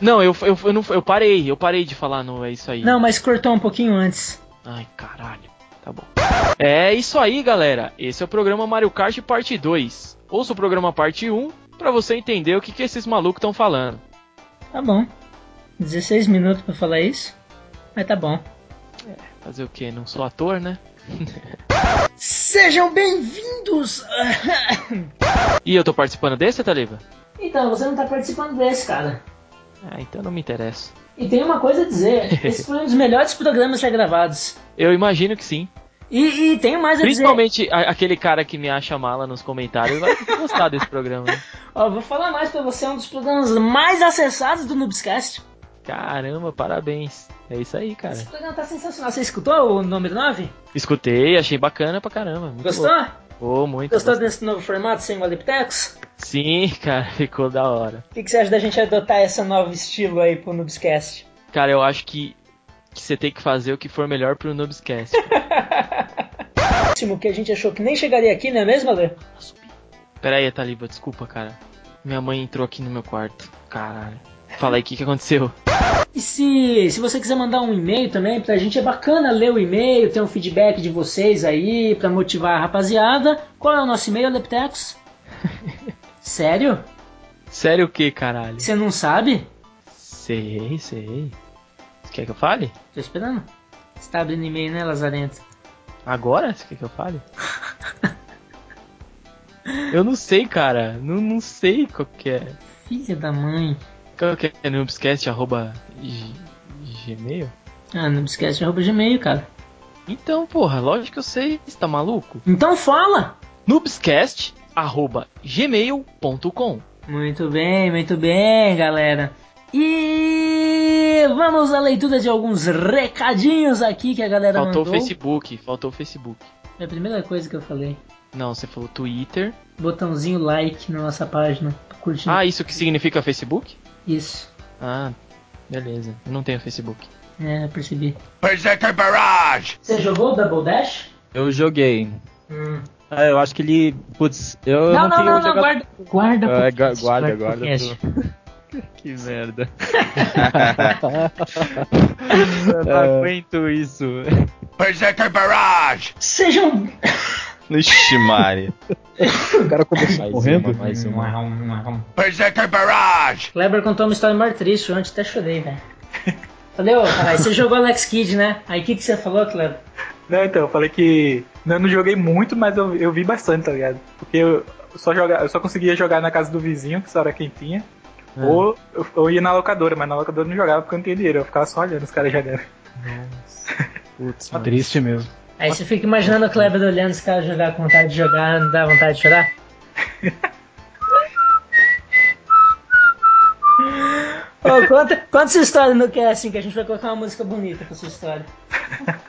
Não, eu, eu, eu, não, eu parei, eu parei de falar no é isso aí.
Não, mas cortou um pouquinho antes.
Ai, caralho. Tá bom. É isso aí, galera. Esse é o programa Mario Kart Parte 2. Ouça o programa Parte 1 pra você entender o que, que esses malucos estão falando.
Tá bom. 16 minutos pra falar isso. Mas tá bom.
Fazer o quê? Não sou ator, né?
Sejam bem-vindos!
E eu tô participando desse, Taliba?
Então, você não tá participando desse, cara.
Ah, então não me interessa.
E tem uma coisa a dizer. Esse foi um dos melhores programas já gravados.
Eu imagino que sim.
E, e tem mais a dizer.
Principalmente a- aquele cara que me acha mala nos comentários vai gostar desse programa. né?
Ó, vou falar mais pra você, é um dos programas mais acessados do Noobscast.
Caramba, parabéns. É isso aí,
Esse
cara.
programa tá sensacional. Você escutou o número 9?
Escutei, achei bacana pra caramba. Muito
Gostou?
Louco. Pô, muito.
Gostou
bacana.
desse novo formato sem o Aleptex?
Sim, cara, ficou da hora.
O que, que você acha da gente adotar esse novo estilo aí pro Noobscast?
Cara, eu acho que, que você tem que fazer o que for melhor pro Noobscast.
Último que a gente achou que nem chegaria aqui, não é mesmo, Ale?
Pera aí, Taliba, desculpa, cara. Minha mãe entrou aqui no meu quarto. Caralho. Fala aí, o que, que aconteceu?
E se, se você quiser mandar um e-mail também pra gente, é bacana ler o e-mail, ter um feedback de vocês aí pra motivar a rapaziada. Qual é o nosso e-mail, Leptex? Sério?
Sério o que, caralho?
Você não sabe?
Sei, sei. Você quer que eu fale?
Tô esperando. Você tá abrindo e-mail, né, Lazarento?
Agora? Você quer que eu fale? eu não sei, cara. Não, não sei qual que é.
Filha da mãe.
Qual que é? Noobscast, arroba g- gmail?
Ah, noobscast.gmail, cara.
Então, porra, lógico que eu sei. Você tá maluco?
Então fala!
Noobscast, arroba gmail.com.
Muito bem, muito bem, galera. E vamos à leitura de alguns recadinhos aqui que a galera
Faltou o
mandou.
Facebook, faltou o Facebook.
É a primeira coisa que eu falei.
Não, você falou Twitter.
Botãozinho like na nossa página. Curtir.
Ah, isso que significa Facebook?
Isso.
Ah, beleza. Eu não tenho Facebook.
É, eu percebi.
Berserker Barrage!
Você jogou o Double Dash?
Eu joguei.
Hum.
Ah, eu acho que ele. Putz, eu não,
Não, não,
tenho
não, não,
jogado-
guarda- É, guarda pro
Ah, gu-
cast,
guarda,
guarda
guarda.
pro cast.
pro- que merda.
Eu
não aguento isso.
Berserker Barrage!
Sejam.
Ixi, Mari.
o cara começou
correndo?
mais uma.
Berserker Barrage!
Kleber contou uma história maior triste, eu antes até chorei, velho. Falei, ô, caralho, você jogou Alex Kidd, né? Aí o que, que você falou, Kleber?
Não, então, eu falei que. Não, eu não joguei muito, mas eu, eu vi bastante, tá ligado? Porque eu só, joga, eu só conseguia jogar na casa do vizinho, que só era quem tinha.
É.
Ou eu, eu ia na locadora, mas na locadora eu não jogava porque eu não tinha dinheiro, eu ficava só olhando os caras jogando.
Putz,
mano.
Triste mesmo.
Aí você fica imaginando o Kleber olhando os caras jogar com vontade de jogar, não dá vontade de chorar? Ô, conta, conta sua história no casting, que a gente vai colocar uma música bonita pra sua história.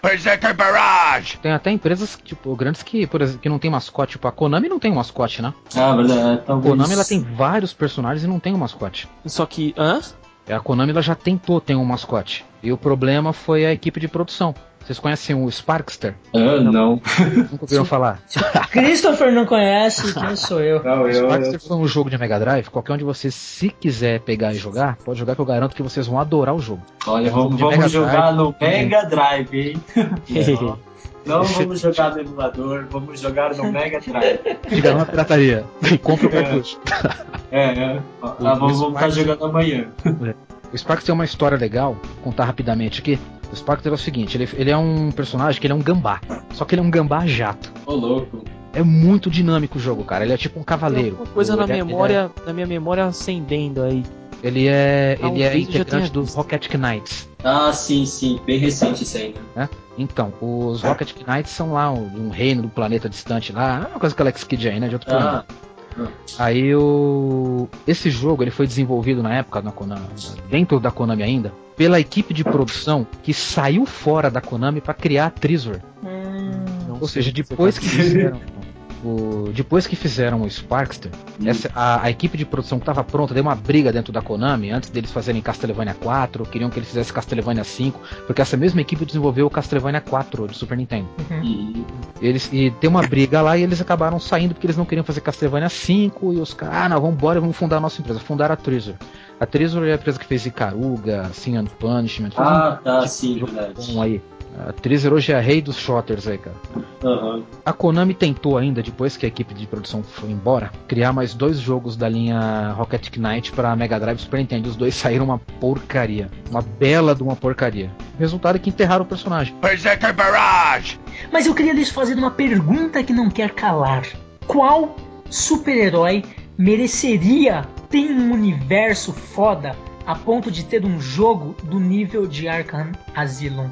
Berserker Barrage!
Tem até empresas, tipo, grandes que, por exemplo, que não tem mascote. Tipo, a Konami não tem um mascote, né?
Ah, verdade,
A
talvez.
Konami ela tem vários personagens e não tem um mascote. É,
Só que. hã?
A Konami ela já tentou ter um mascote. E o problema foi a equipe de produção. Vocês conhecem o Sparkster?
Ah, não.
Nunca ouviram falar?
Christopher não conhece, quem sou eu?
O Sparkster foi um jogo de Mega Drive. Qualquer um de vocês, se quiser pegar e jogar, pode jogar que eu garanto que vocês vão adorar o jogo.
Olha, vamos,
De Mega
vamos jogar
Drive,
no
tem-
Mega Drive, hein? Não, não vamos jogar no emulador, vamos jogar no Mega Drive.
Diga não à pirataria. Compre o cartucho.
É, é. Ó, lá, vamos voltar jogando amanhã.
É. O Sparks tem uma história legal, vou contar rapidamente aqui. O Sparks é o seguinte, ele, ele é um personagem que ele é um gambá. Só que ele é um gambá jato.
Ô, louco.
É muito dinâmico o jogo, cara. Ele é tipo um cavaleiro.
Uma coisa na
Ele é-
memória, na minha memória acendendo aí.
Ele é, ele
Talvez
é
eu já
integrante
tenha
dos Rocket Knights.
Ah, sim, sim. Bem recente isso aí, né?
né? Então, os
É.
Rocket Knights são lá um, um reino do planeta distante lá. É uma coisa que o Alex Kidd aí, né? De outro planeta.
Ah,
Aí o. Esse jogo ele foi desenvolvido na época na Konami, dentro da Konami ainda, pela equipe de produção que saiu fora da Konami pra criar a Treasure. Ou seja, depois que fizeram. o- depois que fizeram o Sparkster, essa- a, a equipe de produção que estava pronta deu uma briga dentro da Konami antes deles fazerem Castlevania 4, queriam que eles fizessem Castlevania 5, porque essa mesma equipe desenvolveu o Castlevania 4 de Super Nintendo. Eles, e tem uma briga lá e eles acabaram saindo porque eles não queriam fazer Castlevania 5 e os caras, ah, não, vamos embora, vamos fundar a nossa empresa. Fundaram a Treasure. A Treasure é a empresa que fez Icaruga, Sin and Punishment. fez
Ah,
um
tá,
tipo
sim,
de jogo
verdade.
bom aí. A Treasure hoje é a rei dos shooters aí, cara.
Aham.
A Konami tentou ainda, depois que a equipe de produção foi embora, criar mais dois jogos da linha Rocket Knight para Mega Drive e Super Nintendo. Os dois saíram uma porcaria. Uma bela de uma porcaria. Resultado é que enterraram o personagem.
Berserker Barrage!
Mas eu queria lhes fazer uma pergunta que não quer calar. Qual super-herói mereceria ter um universo foda a ponto de ter um jogo do nível de Arkham Asylum?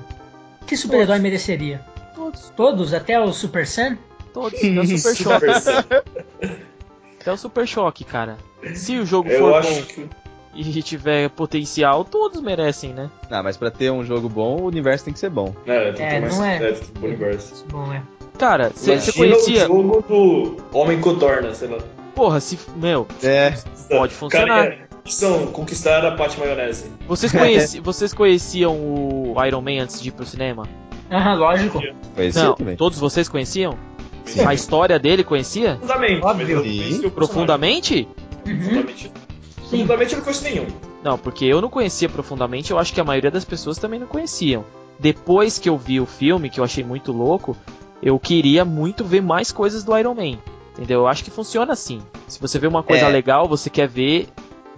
Que super-herói mereceria? Todos. Todos? Até o Super Sam?
Todos, até o Super Choque. Até É o Super Choque, cara. Se o jogo
Eu
for
acho
bom e tiver potencial, todos merecem, né?
Ah, mas pra ter um jogo bom, o universo tem que ser bom.
É, não é.
universo.
Bom, é.
Cara, você você
Imagina
conhecia.
o jogo do Homem Cotorna, sei lá.
Porra, se. Meu, pode funcionar.
Cara, é, são conquistar a Pate Maionese.
Vocês, conheci- vocês conheciam o Iron Man antes de ir pro cinema?
Ah, lógico.
Conhecia
Não,
também.
todos vocês conheciam? A história dele conhecia?
Profundamente. mas eu conheci o personagem.
Profundamente?
Uhum.
Profundamente. Profundamente eu não conheço nenhum.
Não, porque eu não conhecia profundamente, eu acho que a maioria das pessoas também não conheciam. Depois que eu vi o filme, que eu achei muito louco, eu queria muito ver mais coisas do Iron Man. Entendeu? Eu acho que funciona assim. Se você vê uma coisa
É.
legal, você quer ver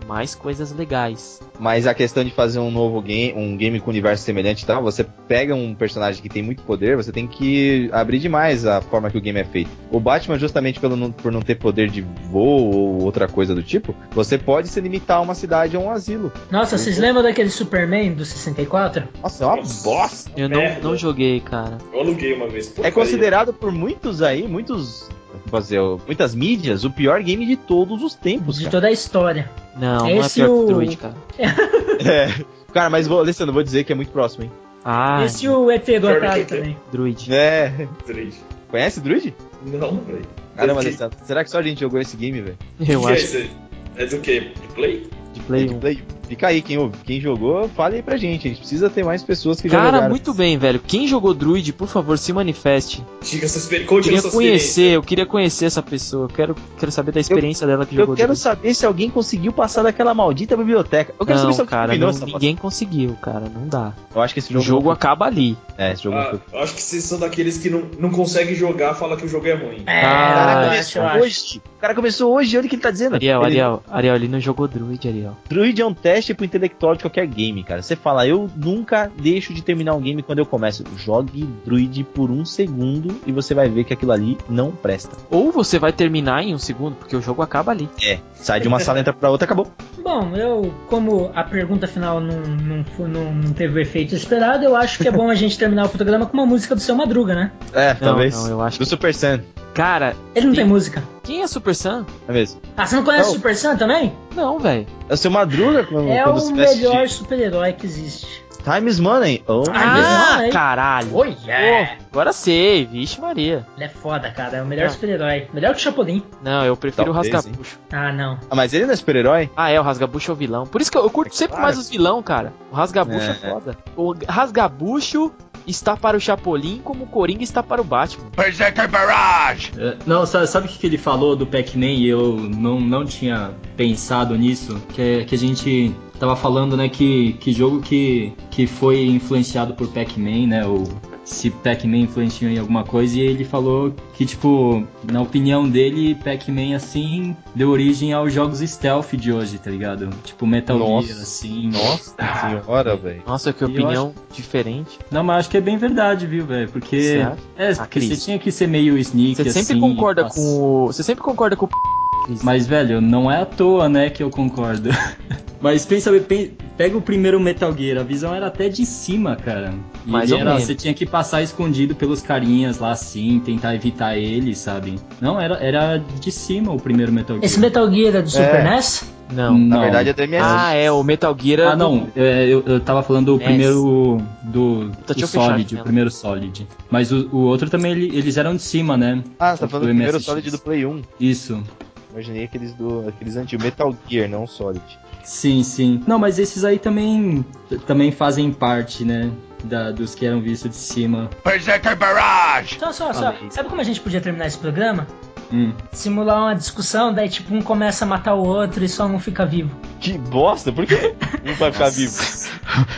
mais coisas legais.
Mas a questão de fazer um novo game, um game com universo semelhante e tal, você pega um personagem que tem muito poder, você tem que abrir demais a forma que o game é feito. O Batman, justamente pelo não- por não ter poder de voo ou outra coisa do tipo, você pode se limitar a uma cidade ou um asilo.
Nossa, vocês lembram daquele Superman do 64?
Nossa, é uma bosta.
Eu
É.
não, não joguei, cara.
Eu aluguei uma vez.
É
porcaria.
considerado por muitos aí, muitos. Fazer, muitas mídias, o pior game de todos os tempos.
De
cara.
toda a história.
Não,
Esse
não é pior
o-
que Druid, cara. É. Cara, mas vou, Alessandro, vou dizer que é muito próximo, hein?
Ah.
Esse e o ET do Atari também.
Druid.
É.
Druid.
Conhece Druid?
Não, velho.
Caramba,
Eu que-
Alessandro, será que só a gente jogou esse game, velho?
O que é isso aí? É do que? De play?
De play,
um.
um. Fica aí, quem, ouve- quem jogou, fale aí pra gente. A gente precisa ter mais pessoas que já
Cara,
jogaram.
muito bem, velho. Quem jogou Druid, por favor, se manifeste.
Diga essa experiência.
Eu
Continua
queria
sua
conhecer, eu queria conhecer essa pessoa. Eu quero, quero saber da experiência dela que jogou
Eu quero
Druid.
saber se alguém conseguiu passar daquela maldita biblioteca. Eu quero
não,
saber se alguém
cara,
terminou
não,
essa
ninguém conseguiu, cara. Não dá.
Eu acho que esse
jogo. O jogo acaba ali.
É, esse jogo
Ah, eu acho que vocês são daqueles que não, não conseguem jogar, fala que o jogo é ruim.
Caraca,
Ah,
começou
eu acho.
hoje. O cara começou hoje, olha o que ele tá dizendo.
Ariel,
Ele-
Ariel, Ariel, ele não jogou Druid, Ariel.
Druid é um teste pro intelectual de qualquer game, cara. Você fala, eu nunca deixo de terminar um game quando eu começo. Jogue Druid por um segundo e você vai ver que aquilo ali não presta.
Ou você vai terminar em um segundo, porque o jogo acaba ali.
É, sai de uma sala, entra pra outra, acabou.
Bom, eu, como a pergunta final não, não, fo- não, não teve o efeito esperado, eu acho que é bom a gente terminar o programa com uma música do seu Madruga, né?
É,
Não,
talvez.
não, eu acho
Do Super Sun.
Cara,
Ele não tem música.
Quem é Super Sam?
É mesmo.
Ah, você não conhece o
Não.
Super Sam também?
Não, velho.
É o seu Madruga quando,
É
quando
o
se veste
melhor
de
super-herói que existe.
Times Money. Oh,
Ah,
Não, hein?
caralho.
Oi, é.
Pô, agora sei, vixe Maria.
Ele é foda, cara. É o melhor
Ah.
super-herói. Melhor que o Chapolin.
Não, eu prefiro
Talvez,
o Rasgabucho.
Ah, não.
Ah, mas ele não é super-herói?
Ah, é, o Rasgabucho é o vilão. Por isso que eu, eu curto sempre
claro.
mais os vilão, cara. O Rasgabucho é,
É.
foda. O Rasgabucho está para o Chapolin como o Coringa está para o Batman.
Berserker Barrage!
É, Não, sa- sabe o que que ele falou do Pac-Man e eu não, não tinha pensado nisso? Que, é- que a gente tava falando, né, que, que jogo que, que foi influenciado por Pac-Man, né, ou se Pac-Man influenciou em alguma coisa, e ele falou que, tipo, na opinião dele, Pac-Man, assim, deu origem aos jogos stealth de hoje, tá ligado? Tipo, Metal Gear, assim...
Nossa senhora, velho.
Nossa, que
E eu
opinião diferente.
Não, mas acho que é bem verdade, viu, velho? Porque...
Certo.
É,
Ah,
porque você
Cris.
tinha que ser meio sneak,
Você sempre
assim,
concorda
pass-
com o. Você sempre concorda com o.
Mas, velho, não é à toa, né, que eu concordo. Mas pensa, pe- pega o primeiro Metal Gear, a visão era até de cima, cara. E
Mais
ele
ou
era-
menos.
Você tinha que passar escondido pelos carinhas lá assim, tentar evitar ele, sabe? Não, era, era de cima o primeiro Metal Gear.
Esse Metal Gear é do Super NES?
Não.
Não.
Ah, é, o Metal Gear. era
Ah,
do-
não, é, eu, eu tava falando o
É.
primeiro do,
Tá, deixa
do
eu fechar
Solid,
aqui, né?
o primeiro Solid. Mas o, o outro também, ele- eles eram de cima, né?
Ah, você tá
O
falando do primeiro
MSX.
Solid do Play 1.
Isso.
Imaginei aqueles do aqueles antigos. Metal Gear, não Solid.
Sim, sim. Não, mas esses aí também, também fazem parte, né? da- dos que eram vistos de cima.
Berserker Barrage!
Só, Então, só, só. Sabe como a gente podia terminar esse programa?
Hum.
Simular uma discussão, daí tipo um começa a matar o outro e só um fica vivo.
Que bosta, por que um vai ficar vivo?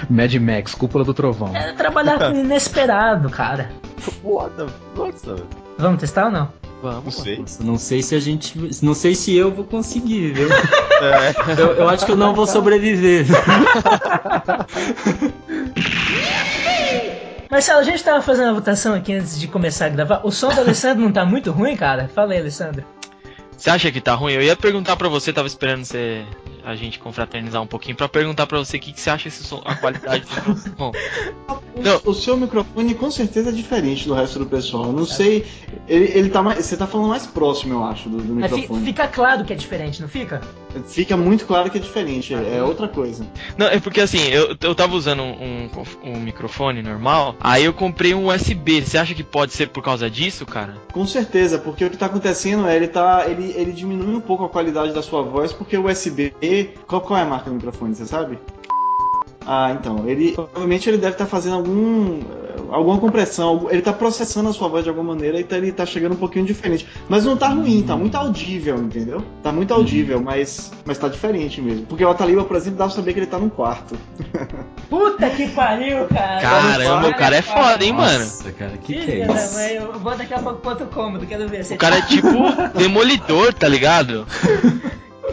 Mad Max, cúpula do trovão.
É trabalhar com inesperado, cara.
Foda, nossa.
Vamos testar ou não?
Vamos.
Não
assim?
sei.
Nossa, não sei se a gente. Não sei se eu vou conseguir, viu?
É.
Eu, eu acho que eu não vou sobreviver.
Marcelo, a gente tava fazendo a votação aqui antes de começar a gravar. O som do Alessandro não tá muito ruim, cara? Fala aí, Alessandro.
Você acha que tá ruim? Eu ia perguntar pra você, tava esperando você a gente confraternizar um pouquinho pra perguntar pra você o que, que você acha esse som, a qualidade do som.
O- O seu microfone com certeza é diferente do resto do pessoal. Eu não sei. Ele, ele tá mais. Você tá falando mais próximo, eu acho, do, do
Mas fi-
microfone.
fica claro que é diferente, não fica?
Fica muito claro que é diferente. É outra coisa.
Não, é porque assim, eu, eu tava usando um, um microfone normal, aí eu comprei um USB. Você acha que pode ser por causa disso, cara?
Com certeza, porque o que tá acontecendo é ele tá. Ele, ele diminui um pouco a qualidade da sua voz, porque o USB. Qual, qual é a marca do microfone, você sabe? Ah, então. Ele. Provavelmente ele deve estar fazendo algum. eh, alguma compressão. algum- Ele tá processando a sua voz de alguma maneira e tá, ele tá chegando um pouquinho diferente. Mas não tá ruim, tá muito audível, entendeu? Tá
Uhum.
muito audível, mas, mas tá diferente mesmo. Porque o Ataliba, por exemplo, dá pra saber que ele tá num quarto.
Puta que pariu, cara.
Caramba, o cara é foda, hein, mano?
Nossa, cara,
Que
é
é Filha da mãe, eu vou daqui a pouco pro outro cômodo, quero ver.
O cara é tipo demolidor, tá ligado?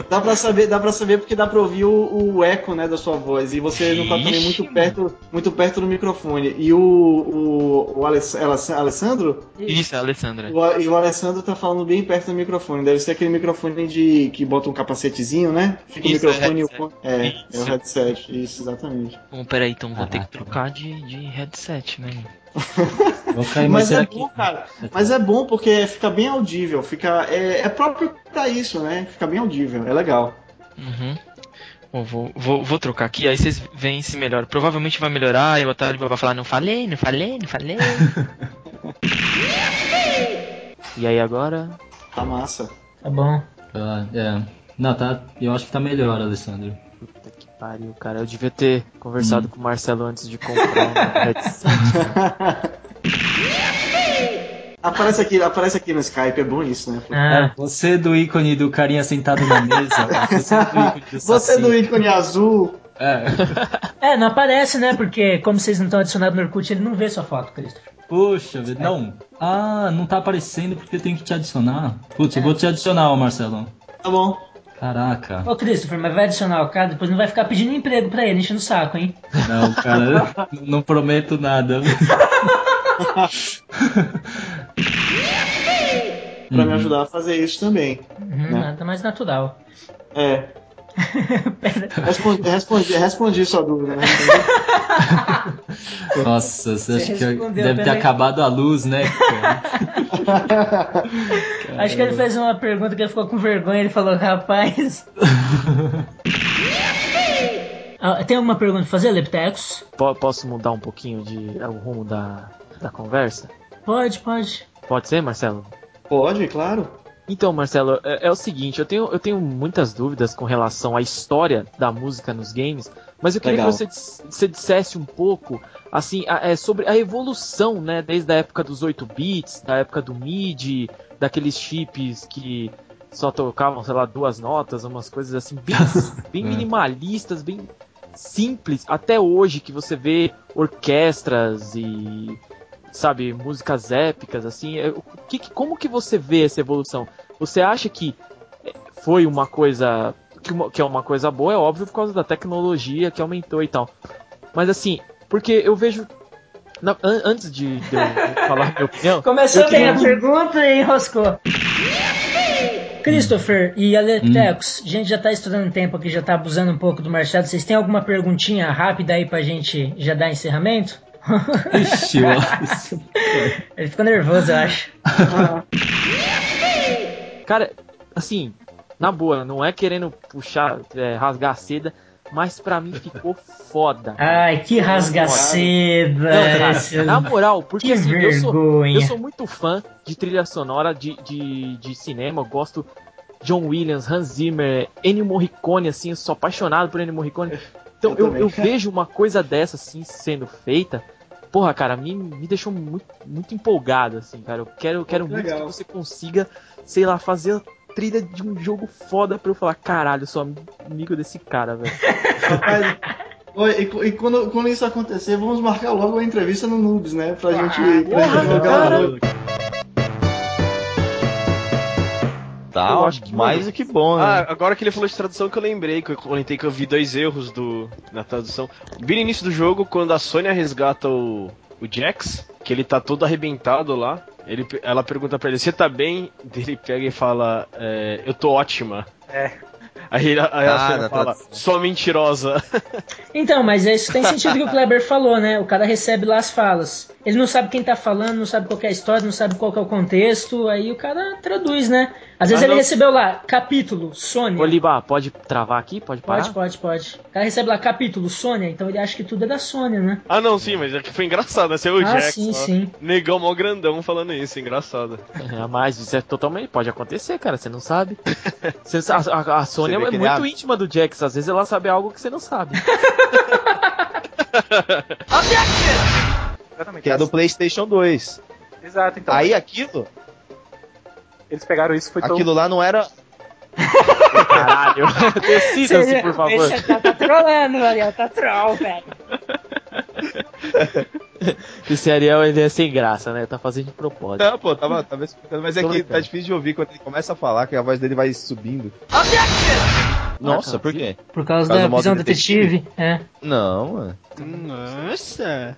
Dá pra saber, dá pra saber porque dá pra ouvir o, o eco, né, da sua voz. E você não tá também muito perto, muito perto do microfone. E o, o, o Aless- Aless- Alessandro,
Isso, Alessandra.
o, A- e o Alessandro tá falando bem perto do microfone. Deve ser aquele microfone de que bota um capacetezinho, né? Fica
Isso,
o
é
microfone e o
headset.
fone. É, é o
Isso.
headset. Isso, exatamente.
Bom, peraí, então vou ter que trocar de, de headset, né?
Mas é bom, cara. Mas é bom porque fica bem audível. Fica é, é próprio pra isso, né? Fica bem audível. É legal.
Uhum. Bom, vou, vou, vou trocar aqui, aí vocês veem se melhora. Provavelmente vai melhorar, e o Otávio vai falar, não falei, não falei, não falei.
E aí agora?
Tá massa.
Tá bom.
Ah, é. Não, tá. Eu acho que tá melhor, Alessandro.
Puta que pariu, cara. Eu devia ter conversado com o Marcelo antes de comprar uma né? headset.
Aparece aqui, aparece aqui no Skype, é bom isso, né?
Ah, você do ícone do carinha sentado na mesa. Você é do ícone do
Você é
saci.
do ícone azul.
É, não aparece, né? Porque como vocês não estão adicionados no Orkut, ele não vê sua foto, Christopher.
Puxa vida, não. Ah, não tá aparecendo porque eu tenho que te adicionar. Putz, eu vou te adicionar, ô Marcelo.
Tá bom.
Caraca.
Ô, Christopher, mas vai adicionar o cara, depois não vai ficar pedindo emprego pra ele, enchendo o saco, hein?
Não, cara, eu não prometo nada.
Pra me ajudar a fazer isso também.
Uhum,
Né?
Nada mais natural.
É. respondi, respondi, respondi sua dúvida, né?
Nossa, você acha que eu-
respondeu,
deve ter
peraí.
acabado a luz, né?
Acho que ele fez uma pergunta que ele ficou com vergonha, ele falou, rapaz. Ah, tem alguma pergunta pra fazer, Leptex?
Po- posso mudar um pouquinho de o rumo da, da conversa?
Pode, pode.
Pode ser, Marcelo?
Pode, claro.
Então, Marcelo, é, é o seguinte, eu tenho, eu tenho muitas dúvidas com relação à história da música nos games, mas eu queria
Legal.
que você, dis- você dissesse um pouco, assim, a- é, sobre a evolução, né, desde a época dos 8 bits, da época do MIDI, daqueles chips que só tocavam, sei lá, duas notas, umas coisas assim, bem, bem minimalistas, bem simples, até hoje que você vê orquestras e sabe, músicas épicas, assim, é, o que, que- como que você vê essa evolução? Você acha que é, foi uma coisa que, uma- que é uma coisa boa, é óbvio, por causa da tecnologia que aumentou e tal. Mas assim, porque eu vejo na- an- antes de, de eu falar minha opinião,
Começou
eu
bem
queria-
a pergunta e enroscou. Christopher e
Hum.
Aletecos, a gente já tá estourando tempo aqui, já tá abusando um pouco do Machado. Vocês têm alguma perguntinha rápida aí pra gente já dar encerramento?
Ixi, ó.
Ele ficou nervoso, eu acho.
Cara, assim, na boa, não é querendo puxar, é, rasgar a seda, mas pra mim ficou foda.
Ai, que rasgaceda.
Não, cara,
esse-
na moral, porque
Que
assim, eu sou,
vergonha.
eu sou muito fã de trilha sonora, de, de, de cinema, eu gosto John Williams, Hans Zimmer, Ennio Morricone, assim, eu sou apaixonado por Ennio Morricone. Então
Eu
eu,
também.
eu vejo uma coisa dessa, assim, sendo feita, porra, cara, me, me deixou muito, muito empolgado, assim, cara. Eu quero, eu quero muito que você consiga, sei lá, fazer a trilha de um jogo foda pra eu falar, caralho, eu sou amigo desse cara, velho.
Rapaz, oi, e cu- e, quando, quando isso acontecer, vamos marcar logo a entrevista no Noobs, né?
Ah,
Pra gente. pra gente jogar lá no-
Tá,
Eu acho que
mais
não.
do que bom, né?
Ah, agora que ele falou de tradução que eu lembrei, que eu comentei que eu vi dois erros do, na tradução. Bem no início do jogo, quando a Sônia resgata o, o Jax, que ele tá todo arrebentado lá, ele, pe- ela pergunta pra ele, você tá bem? Ele pega e fala, é, eu tô ótima.
É.
Aí, ele- aí
Ah,
a
na
Sônia fala,
tradução.
só mentirosa.
Então, mas isso tem sentido que o Kleber falou, né? O cara recebe lá as falas. Ele não sabe quem tá falando, não sabe qual que é a história, não sabe qual que é o contexto, aí o cara traduz, né? Às vezes
Ah,
ele
não.
recebeu lá, capítulo, Sônia.
Ô, Liba, pode travar aqui? Pode parar?
Pode, pode, pode. O cara recebe lá, capítulo, Sônia, então ele acha que tudo é da Sônia, né?
Ah não, sim, mas é que foi engraçado, né? Você é o
Ah,
Jax,
sim,
ó.
sim.
negão mó grandão falando isso, engraçado.
É, mas isso é totalmente. Pode acontecer, cara, você não sabe. Você sa- a, a- a Sônia é
vê que
muito
ele abre.
íntima do Jax, às vezes ela sabe algo que você não sabe.
Que é do PlayStation 2.
Exato, então.
Aí aquilo,
Eles pegaram isso foi tão-
aquilo lá não era.
Caralho, decidam-se, é por favor.
tá trolando, Ariel, tá troll, velho.
Esse Ariel ele é sem graça, né? Tá fazendo de propósito.
Não, pô, tava, tava explicando, mas é
Tô
que
brincando.
tá difícil de ouvir quando ele começa a falar, que a voz dele vai subindo.
Ah,
Nossa, por quê?
Por causa
Por causa
da
do modo
visão
detetive?
detetive, é.
Não, mano. É
Nossa!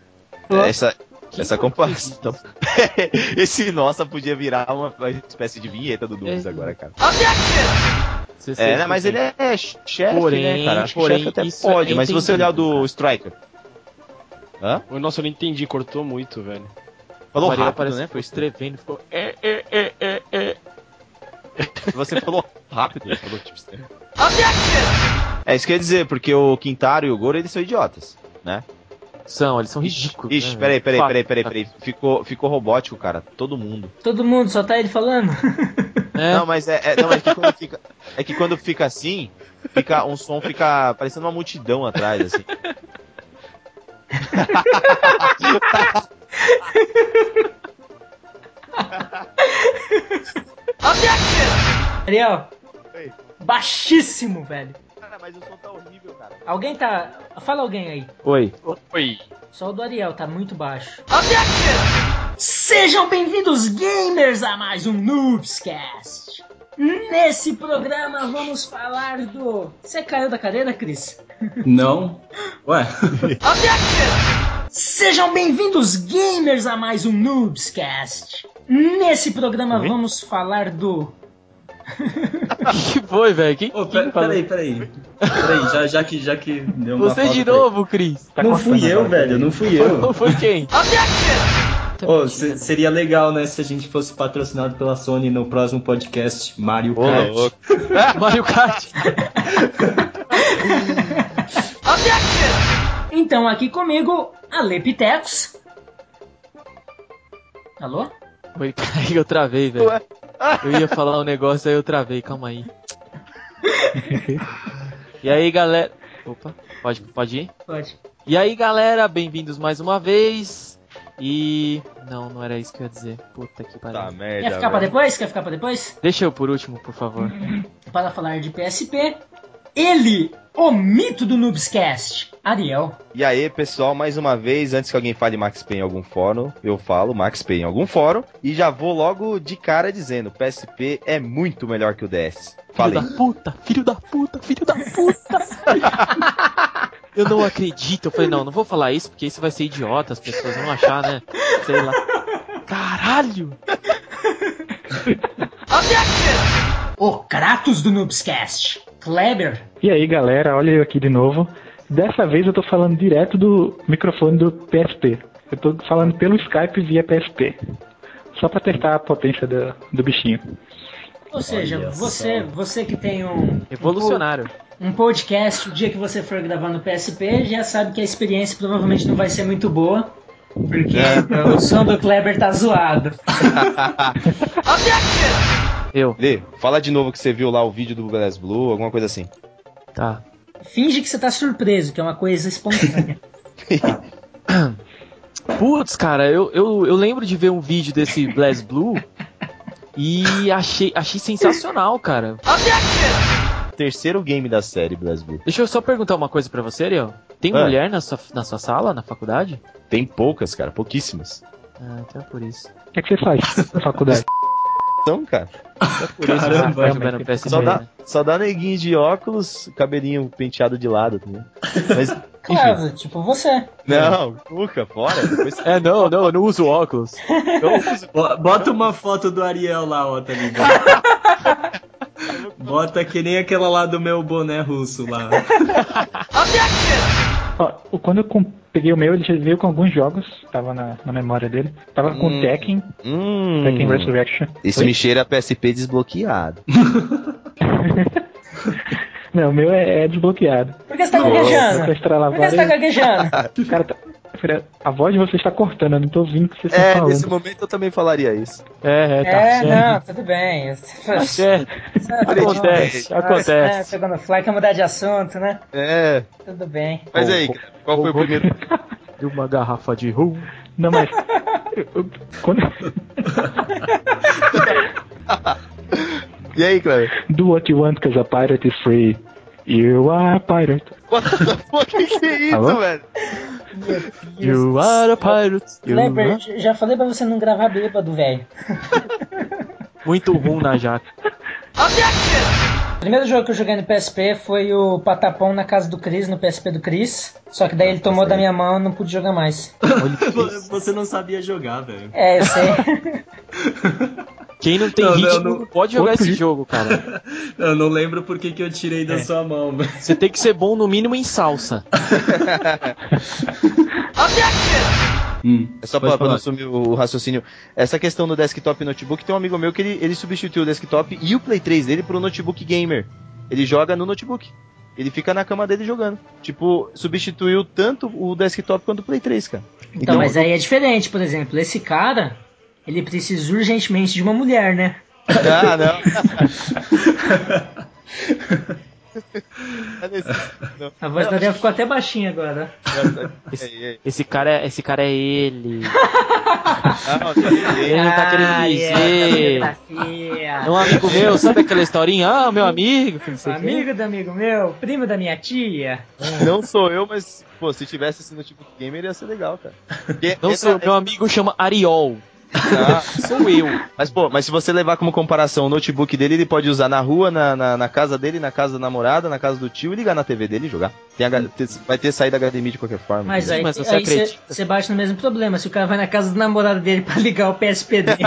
Essa, essa comparação. Esse nossa podia virar uma espécie de vinheta do Douglas agora, cara. É, né, mas ele é chefe, né, cara? Acho
tipo assim, porém,
que chefe até
isso é
pode, mas se você olhar
entendível,
do Striker. Hã?
Nossa, eu não entendi, cortou muito, velho.
Falou
O Ariel
rápido,
parece
né?
que Foi
estrevendo, ficou. É, é, é, é, é.
Você falou rápido, ele falou tipo assim. É isso que eu ia dizer, porque o Quintaro e o Goro eles são idiotas, né?
São, eles são ridículos.
Ixi,
né,
peraí,
velho?
peraí,
Fato.
peraí, peraí, peraí. Ficou, ficou robótico, cara. Todo mundo.
Todo mundo, só tá ele falando.
Não, mas é, é- não, é que quando fica, é que quando fica assim, fica, um som fica parecendo uma multidão atrás, assim.
Ariel, baixíssimo, velho.
Cara, mas o som tá horrível, cara.
Alguém tá. Fala alguém aí.
Oi.
Oi.
Só o do Ariel tá muito baixo. Sejam bem-vindos, gamers, a mais um Noobscast. Nesse programa vamos falar do. Você caiu da cadeira, Cris?
Não? Ué.
Sejam bem-vindos, gamers, a mais um Noobscast. Nesse programa vamos falar do.
que foi, velho? Quem,
Ô,
quem
pe-
falou?
peraí, peraí. Peraí, já, já que, já que deu uma
Você Tá
pausa,
de
peraí.
novo, Cris?
não fui eu, velho, não fui eu.
Foi quem?
Ô, se- seria legal, né, se a gente fosse patrocinado pela Sony no próximo podcast Mario Kart.
louco.
Mario Kart.
Então aqui comigo, Ale Pitecos. Alô?
Oi, peraí, eu travei, velho. Eu ia falar um negócio, aí eu travei, calma aí. E aí, galera. Opa, pode, pode ir?
Pode.
E aí, galera, bem-vindos mais uma vez. E. Não, não era isso que eu ia dizer. Puta que pariu. Tá,
merda.
Quer ficar pra depois? Quer ficar pra depois?
Deixa eu por último, por favor.
Para falar de PSP, ele, o mito do Noobscast, Ariel.
E aí, pessoal, mais uma vez, antes que alguém fale Max Payne em algum fórum, eu falo Max Payne em algum fórum e já vou logo de cara dizendo, PSP é muito melhor que o DS. Falei.
Filho da puta, filho da puta, filho da puta. eu não acredito. Eu falei, não, não vou falar isso porque isso vai ser idiota, as pessoas vão achar, né? Sei lá. Caralho!
O Kratos do Noobscast, Kleber.
E aí galera, olha eu aqui de novo. Dessa vez eu tô falando direto do microfone do PSP. Eu tô falando pelo Skype via PSP. Só pra testar a potência do, do bichinho.
Ou seja,
Olha
você, você que tem um.
Revolucionário.
Um podcast, o dia que você for gravar no PSP, já sabe que a experiência provavelmente não vai ser muito boa, porque
É,
o som do Kleber tá zoado.
Eu.
Lê, fala de novo que você viu lá o vídeo do Glass Blue, alguma coisa assim.
Tá.
Finge que você tá surpreso, que é uma coisa espontânea.
Putz, cara, eu, eu, eu lembro de ver um vídeo desse Blaze Blue e achei, achei sensacional, cara.
Terceiro game da série, Glass Blue.
Deixa eu só perguntar uma coisa pra você, Ariel. Tem
Ah.
mulher na sua, na sua sala, na faculdade?
Tem poucas, cara, pouquíssimas.
Ah, então é por isso.
O que, é que você faz na faculdade?
Então, cara. Só por isso.
Caramba, Ah, jogar no PSP,
só, dá,
né?
só dá neguinho de óculos, cabelinho penteado de lado também. Mas, enfim.
Claro, tipo você.
Não, cuca, fora. Depois
É, não, não, eu não uso óculos.
Bo- Bota uma foto do Ariel lá, ó, tá ligado? Bota que nem aquela lá do meu boné russo lá.
Ó, quando eu com- peguei o meu, ele já veio com alguns jogos, tava na, na memória dele. Tava com
Hum.
Tekken,
Hum.
Tekken Resurrection.
Isso
Oi?
me cheira a PSP desbloqueado.
Não, o meu é, é desbloqueado.
Por que você tá gaguejando?
Pra estralar
Por que você tá
várias-
gaguejando?
Cara, tá- Fran, a voz de você está cortando, eu não tô ouvindo o que você está
É,
falando.
nesse momento eu também falaria isso.
É,
É, não, tudo bem.
Tá certo. Acontece,
É,
acontece.
pegando fly, quer mudar de assunto, né?
É.
Tudo bem.
Mas aí, cara, qual foi o primeiro?
E uma garrafa de rum.
Não, mas. eu- quando-
E aí, Cleber?
Do what you want, cause a pirate is free. You are a pirate.
Pô, que que é isso,
Alô?
velho?
You are a pirate. you
Kleber,
are-
j- já falei pra você não gravar bêbado, velho.
Muito rum na jaca.
O primeiro jogo que eu joguei no PSP foi o Patapão na casa do Cris, no PSP do Cris. Só que daí ele tomou da minha mão e não pude jogar mais.
Você não sabia jogar, velho.
É, eu sei.
Quem não tem
Não, não,
ritmo
não.
não pode jogar
Outro
esse
ri-
jogo, cara.
Eu não lembro por que que eu tirei da
É.
sua mão, velho.
Você tem que ser bom no mínimo em salsa.
É só
Pode
pra, pra
falar.
não sumir o raciocínio. Essa questão do desktop e notebook, tem um amigo meu que ele, ele substituiu o desktop e o Play 3 dele pro notebook gamer. Ele joga no notebook. Ele fica na cama dele jogando. Tipo, substituiu tanto o desktop quanto o Play 3, cara.
Então, mas aí é diferente, por exemplo, esse cara, ele precisa urgentemente de uma mulher, né?
Ah, não.
A voz da Adele ficou até baixinha agora.
Esse, esse cara é, esse cara é ele. Ele não tá querendo
Ah,
dizer.
yeah, fotografia.
É um amigo meu, sabe aquela historinha? Ah, meu amigo. que não sei é. o quê.
Amigo do amigo meu, primo da minha tia.
Não sou eu, mas, pô, se tivesse esse no tipo de gamer ia ser legal, cara. Porque
Não
essa-
sei, meu amigo chama Ariol.
Sou eu. Ah, Mas, pô, mas se você levar como comparação o notebook dele, ele pode usar na rua, na, na, na casa dele, na casa da namorada, na casa do tio e ligar na TV dele e jogar. Tem H- ter- vai ter saída HDMI de qualquer forma. Né?
Mas aí você aí cê- cê bate no mesmo problema. Se o cara vai na casa do namorado dele pra ligar o PSP dele.